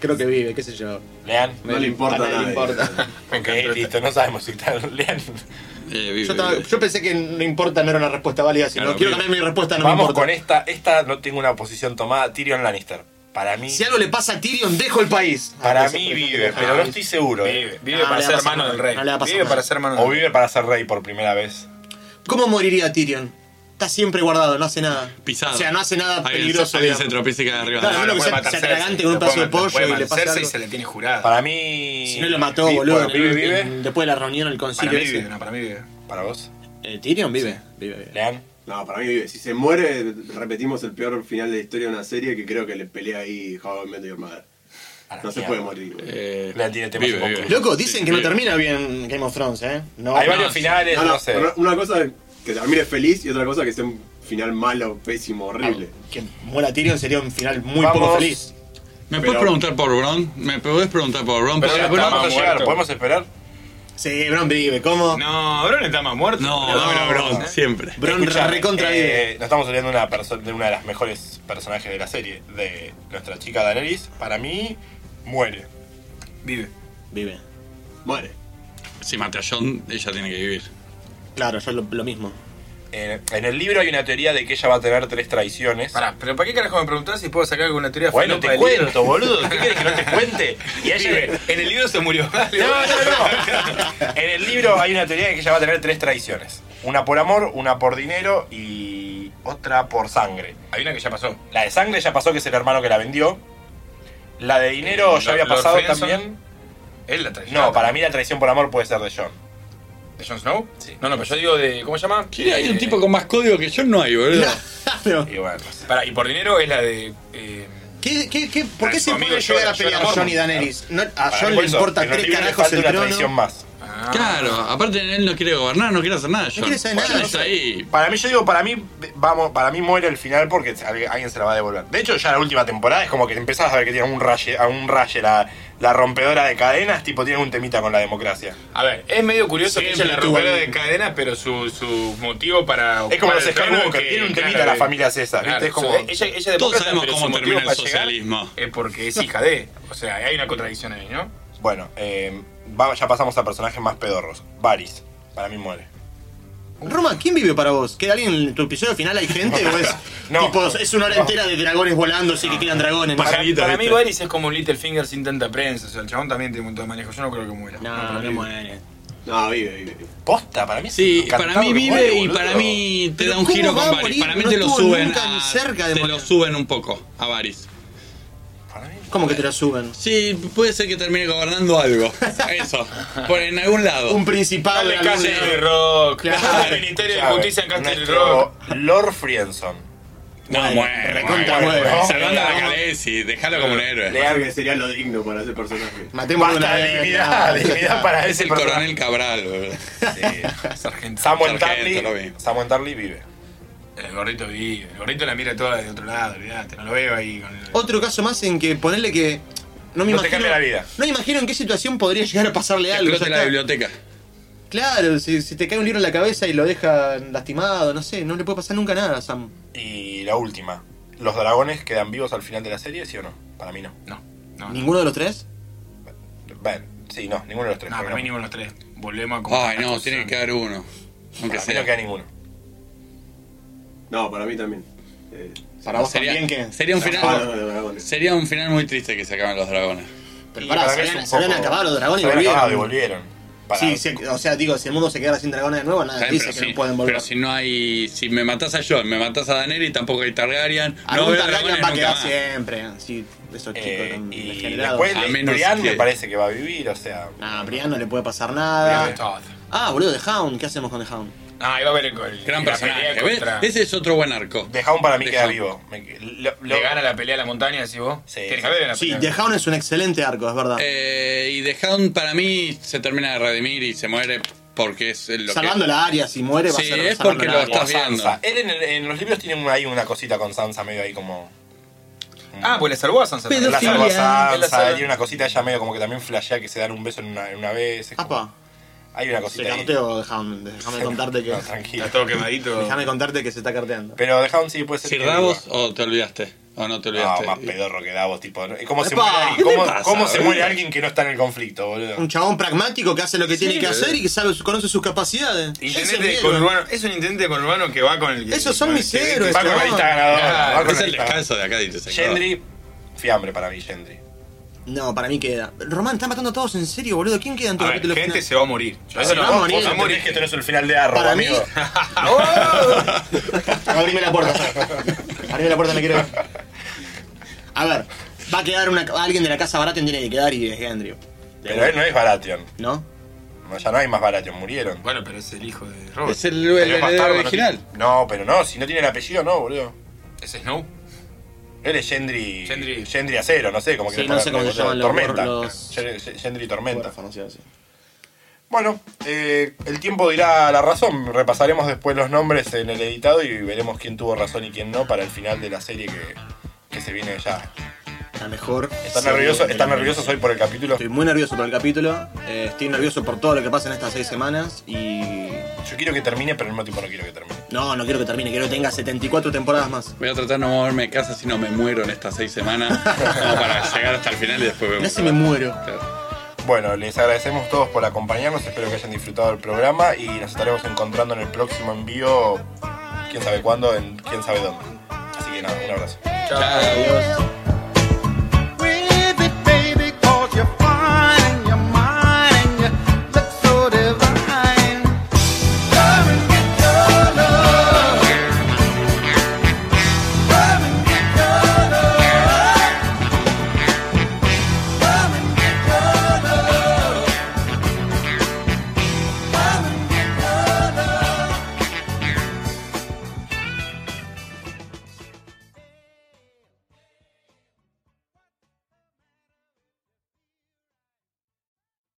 C: Creo que vive, qué sé yo.
A: Lean.
E: No le importa
C: nadie
E: nada.
C: le importa.
B: Me este.
A: Ok,
B: encantó.
A: listo, no sabemos si está. Lean.
D: Eh, vive,
C: Yo, estaba-
D: vive.
C: yo pensé que no importa, no era una respuesta válida, sino
D: Claro,
C: quiero
D: vive.
C: cambiar mi respuesta, no me
A: Vamos
C: importa.
A: con esta. Esta no tengo una posición tomada. Tyrion Lannister. Para mí.
C: Si algo le pasa a Tyrion, dejo el país.
A: Para
C: Ah,
A: mí
C: eso-
A: vive,
C: Ah,
A: pero no estoy seguro. eh.
B: Vive, vive
C: No,
B: para
C: le va a
B: ser
C: pasar
B: hermano
C: nada.
B: del rey.
C: No le va a pasar
B: vive
C: nada.
B: para ser hermano
A: O
B: del rey.
A: vive para ser rey por primera vez.
C: ¿Cómo moriría Tyrion? Está siempre guardado, no hace nada.
D: Pisado.
C: O sea, no hace nada
D: Alguien se-
C: peligroso.
D: Alguien
C: digamos.
D: se tropieza y cae arriba.
C: Claro,
D: No,
C: no lo
B: puede
C: que se-
B: matar
C: se
B: Cersei.
C: atragante con un
B: Lo
C: pedazo de
B: puede
C: pollo
B: matar-
C: y le
B: puede
C: pasa
B: matar Cersei
C: algo.
B: y se le tiene jurada.
A: Para mí.
C: Si no lo mató,
A: Vi-
C: boludo.
A: bueno,
C: en el
A: vive, vive.
C: último- Después de la reunión, el
B: para
C: concilio.
B: mí
C: ese.
B: vive, no, para mí vive.
A: Para vos.
C: Eh, Tyrion vive. Vive, vive.
A: Lean.
E: No, para mí vive. Si se muere, repetimos el peor final de la historia de una serie que creo que le pelea ahí How I Met Your Mother.
A: A la
E: No se
A: mierda.
E: puede morir. güey.
D: eh,
A: Lean tiene temas
D: vive, vive.
A: inconclusos.
C: Loco, dicen
D: Sí,
C: que no
D: vive.
C: termina bien Game of Thrones, ¿eh? No.
A: Hay
D: no,
A: varios
D: sí.
A: finales,
E: No,
A: no,
E: no,
A: sé.
E: una- una cosa es que termine feliz y otra cosa que sea un final malo, pésimo, horrible.
C: Que muera Tyrion sería un final muy poco
A: Vamos.
C: feliz.
D: ¿Me puedes
E: Pero-
D: preguntar por Bron? ¿Me puedes preguntar por Bron?
A: Pero
D: Porque
A: ya
D: Bron-
A: está, vamos a
B: muerto.
A: llegar, ¿podemos esperar?
C: Sí, Bron vive, ¿cómo?
B: No, Bron está más muerto.
D: No,
B: Bron,
D: dámelo a Bron,
B: ¿eh?
D: siempre.
C: Bron
A: Escuchame,
C: recontra vive.
A: eh, Nos estamos saliendo una perso- de una de las mejores personajes de la serie, de nuestra chica Daenerys. Para mí, muere.
B: Vive.
C: Vive.
E: Muere.
D: Si mate a John, ella tiene que vivir.
C: Claro, yo lo, lo mismo.
A: En, Eh, en el libro hay una teoría de que ella va a tener tres traiciones.
B: Pará, pero ¿para qué carajo me preguntás si puedo sacar alguna teoría
A: bueno,
B: falopa
A: te
B: del
A: cuento,
B: libro?
A: boludo. ¿Qué quieres que no te cuente? Y ella,
B: Vive. En el libro se murió.
A: No, no, no. En el libro hay una teoría de que ella va a tener tres traiciones. Una por amor, una por dinero y otra por sangre.
B: Hay una que ya pasó.
A: La de sangre ya pasó, que es el hermano que la vendió. La de dinero
B: Eh,
A: ya
B: Lord-
A: había pasado
B: Lord Friendson.
A: también.
B: Él la traicionó.
A: No, para mí la traición por amor puede ser de John.
B: ¿De Jon Snow? No, no, pero yo digo de. ¿Cómo se llama?
D: Hay un
B: Eh,
D: tipo con más código que John, no hay, boludo.
C: Pero,
A: Y bueno, no sé.
B: Pará, y por dinero es la de. eh,
C: ¿qué, qué, qué, por
B: Ah,
C: qué
B: su
C: se
B: amigo
C: puede llegar
B: Jorah-
C: a pelear
B: Jorah
C: John y
B: Mormont.
C: Daenerys? No, a
A: Para
C: John
A: mí
C: le
A: por eso,
C: importa
A: en los
C: tres
A: libros le
C: carajos
A: falta
C: el
A: una
C: trono.
A: traición más.
B: ah,
D: Claro, aparte él no quiere gobernar, no quiere hacer nada, John.
C: quiere hacer nada,
D: John
C: no
D: está
C: sé.
D: ahí.
A: Para mí, yo digo, para mí, vamos, para mí muere el final porque al- alguien se la va a devolver. De hecho, ya la última temporada es como que empezás a ver que tiene un raye, a un raye la, la rompedora de cadenas, tipo tiene un temita con la democracia.
B: A ver, es medio curioso que
C: Siempre
B: ella la
C: tuvo
B: rompiera
C: algún-
B: de cadena, pero su, su motivo para.
A: Es como
B: ocupar
A: los
B: el trono
A: Skywalker,
B: que-
A: tiene un
B: claro,
A: temita la
B: que-
A: familia César,
B: claro,
A: ¿viste? Es como...
B: su- ella, ella es
D: Todos
B: demócrata,
D: sabemos
B: pero
D: cómo
B: su motivo
D: termina el
B: para llegar
D: socialismo.
B: Es porque es hija de. O sea, hay una contradicción ahí, ¿no?
A: Bueno, eh, va- ya pasamos a personajes más pedorros. Varys, para mí muere.
C: Roma, ¿quién vive para vos? ¿Queda alguien en tu episodio final? ¿Hay gente? ¿O es,
A: No.
C: tipo, es una hora entera de dragones volando, así que quedan dragones? ¿no?
B: Para,
D: Pajarito,
B: para mí,
D: ¿viste?
B: Varys es como un Littlefinger sin tanta prensa. O sea, el chabón también tiene un montón de manejo. Yo no creo que muera. para
C: No,
B: mí
C: no
B: vive.
C: muere.
E: No, vive, vive.
A: Posta, para mí es
D: Sí,
A: encantado
D: para mí
A: que
D: vive
A: muere,
D: y
A: boludo.
D: para mí te
C: Pero
D: da un
C: ¿cómo va
D: giro con
C: a
D: Varys.
C: morir?
D: Para mí
C: No
D: te lo
C: estuvo
D: suben.
C: nunca ni
D: a-
C: cerca de
D: te
C: morir.
D: lo suben un poco a Varys.
A: Para mí-
C: ¿Cómo que te lo suben?
D: Sí, puede ser que termine gobernando algo. Eso. Por en algún lado.
C: Un principal
B: Dale
C: de algún
B: Castle
C: lado.
B: Rock.
C: Claro.
B: El Ministerio de
A: Chávez,
B: Justicia en Castle
A: nuestro
B: Rock.
A: Lord Frienson.
D: No, muere.
C: recontra
D: muere.
C: muere.
D: Salvando la
A: Vamos.
D: Khaleesi, dejalo como un héroe.
E: Creo que sería lo digno para ese personaje.
C: Matemos de una
A: Basta de
C: vez,
A: dignidad,
C: no, ya
A: dignidad
C: está.
A: para
D: Es
A: ese
D: el
A: personaje.
D: coronel Cabral, boludo.
C: Ah,
B: Sargento.
A: Samuel
D: Sargento, lo
A: Tarly.
D: vi.
A: Samuel Tarly vive.
B: El gorrito vive. El gorrito la mira toda desde otro lado, olvidate. No lo veo ahí con el.
C: Otro caso más en que ponerle que. No me
A: No te
C: imagino.
A: cambia la vida.
C: No me imagino en qué situación podría llegar a pasarle algo.
D: Explota
C: ya
D: la
C: está.
D: biblioteca.
C: Claro, si, si te cae un libro en la cabeza y lo dejan lastimado, no sé, no le puede pasar nunca nada a Sam.
A: Y la última. ¿Los dragones quedan vivos al final de la serie, sí o no? Para mí no.
B: No, no.
A: Ah.
B: no.
C: ¿Ninguno de los tres?
A: Bueno, sí, no, ninguno de los tres.
B: No, para
A: Porque
B: mí ninguno de los tres. Volvemos a como-
D: Ay,
C: Ah,
D: no, tiene que quedar uno. Aunque
A: Para mí no
D: sea.
A: queda ninguno.
E: No, para mí también. Eh,
C: Para vos también que.
D: sería un
E: ah, no,
D: final.
E: no, dragones.
D: Sería un final muy triste que se acaben los dragones.
C: Pero
A: Y
C: pará,
A: para
C: se
A: mí es
C: habían-
A: un
C: se habían
A: poco-
C: acabado los dragones y
A: se habían
C: volvieron.
A: acabado y volvieron. Para-
C: Sí, se- o sea, digo, si el mundo se quedara sin dragones de nuevo, nada
D: Está bien,
C: dice que
D: pero,
C: no
D: si,
C: pueden volver.
D: pero si no hay. Si me matás a John, me matás a Daneri, tampoco hay Targaryen. No
C: Algún
D: veo
C: Targaryen
D: dragones
C: va a
D: nunca
C: quedar
D: más.
C: siempre. Sí, esos chicos
A: eh,
C: tan
A: y
C: degenerados.
A: después
D: A menos
A: Brian
D: que-
A: me parece que va a vivir, o sea.
C: Ah, a Brian no le puede pasar
B: Era
C: nada.
B: Todd.
C: Ah, boludo, The Hound, ¿qué hacemos con The Hound?
B: Ah, iba a ver el gol.
D: Gran
B: La
D: personaje.
B: pelea
D: ¿ves?
B: contra-
D: Ese es otro buen arco.
A: The Hound para mí
D: The
A: queda
D: Hound.
A: vivo. Me- lo- lo-
B: Le gana la pelea a la montaña, decís vos.
A: Sí.
B: Tienes que ver en
D: Ah,
B: la
C: Sí,
B: pelea.
C: The Hound es un excelente arco, es verdad.
D: Eh, y The Hound para mí se termina de redimir y se muere porque es lo
C: Salvando
D: que...
C: la área, si muere, va
D: Sí,
C: a ser
D: es
C: salvando
D: porque
C: la
D: lo
C: área.
A: Como
D: estás viendo.
A: Sansa. Él en, el- en los libros tiene un- ahí una cosita con Sansa medio ahí como.
B: Ah, pues le salvó a Sansa. también.
A: Él la
C: Pedofilia.
A: salva a
B: Él la
A: Sansa,
B: salva.
A: él tiene una cosita ella medio como que también flashea que se dan un beso en una, en una vez. es como-
C: Apa,
A: hay una
C: se
A: cosita ahí.
C: carteó, déjame, déjame contarte que.
A: No, tranquilo.
B: Está todo quemadito.
C: Déjame contarte que se está carteando.
A: Pero The Hound sí puede ser.
D: Si
A: que-
D: Ramos o te olvidaste, o no te
A: No,
D: olvidaste.
A: más pedorro que Davos, tipo. ¿no? ¿Cómo, se
C: ¡Epa!
A: muere, ahí?
D: ¿Qué te
A: ¿Cómo,
D: pasa,
A: cómo se
D: boludo?
A: muere alguien que no está en el conflicto, boludo?
C: Un chabón pragmático que hace lo que tiene que hacer y que sabe, conoce sus capacidades. Ese es el
B: Intendente
C: héroe.
B: conurbano. Es un intendente conurbano que va con el.
C: Esos son
B: con el
C: mis
B: que-
C: héroes,
A: Va con la
C: chabón.
A: lista ganadora.
B: Claro,
A: va con
D: es
A: la
D: el
A: lista-
D: descanso de acá, dice. se acabó.
A: Gendry, fiambre para mí, Gendry.
C: No, para mí queda. Román, están matando a todos en serio, boludo. ¿Quién queda en tu
B: A ver,
C: capítulo
B: gente
C: final?
B: se va a morir. Yo eso
C: Se
B: no-
C: va a
B: vos
C: morir.
B: no
A: Vos
B: morís.
A: entendés que esto no es el final de Arrow,
C: Ah, Para mí-
A: amigo.
C: Abrime la puerta. Abrime la puerta, me quiero ver. A ver, va a quedar una, alguien de la casa Baratheon tiene que quedar y es Gendry.
A: Pero él no es Baratheon.
C: ¿No?
A: No, ya no hay más Baratheon, murieron.
B: Bueno, pero es el hijo de Robert.
D: Es el, el
B: Pero es
D: heredero
B: bastardo, ¿no?
D: original.
A: No, pero no, si no tiene el apellido, no, boludo.
B: Es Snow.
A: Él es Gendry.
B: Gendry.
A: Gendry Acero, no sé, como que
C: Sí,
A: le
C: no
A: ponen-
C: sé cómo se
A: le-
C: llaman los-
A: Tormenta.
C: los-
A: Gen- Gendry Tormenta.
C: Huérfano, sí, sí.
A: Bueno, eh, el tiempo dirá la razón. Repasaremos después los nombres en el editado y veremos quién tuvo razón y quién no para el final de la serie que, que se viene ya.
C: La mejor.
A: ¿Están
C: serie
A: nerviosos
C: de
A: ¿Están
C: la-
A: nerviosos hoy por el capítulo?
C: Estoy muy nervioso por el capítulo. eh, estoy nervioso por todo lo que pasa en estas seis semanas. Y.
A: Yo quiero que termine, pero al mismo tiempo no quiero que termine.
C: No, no quiero que termine. Quiero que tenga 74 temporadas más.
D: Voy a tratar de no moverme de casa si no me muero en estas seis semanas. como para llegar hasta el final y después vemos.
C: Ya se me muero.
D: Claro.
A: Bueno, les agradecemos todos por acompañarnos. Espero que hayan disfrutado del programa y nos estaremos encontrando en el próximo envío, quién sabe cuándo, en quién sabe dónde. Así que nada, un abrazo.
D: Chao.
C: Adiós.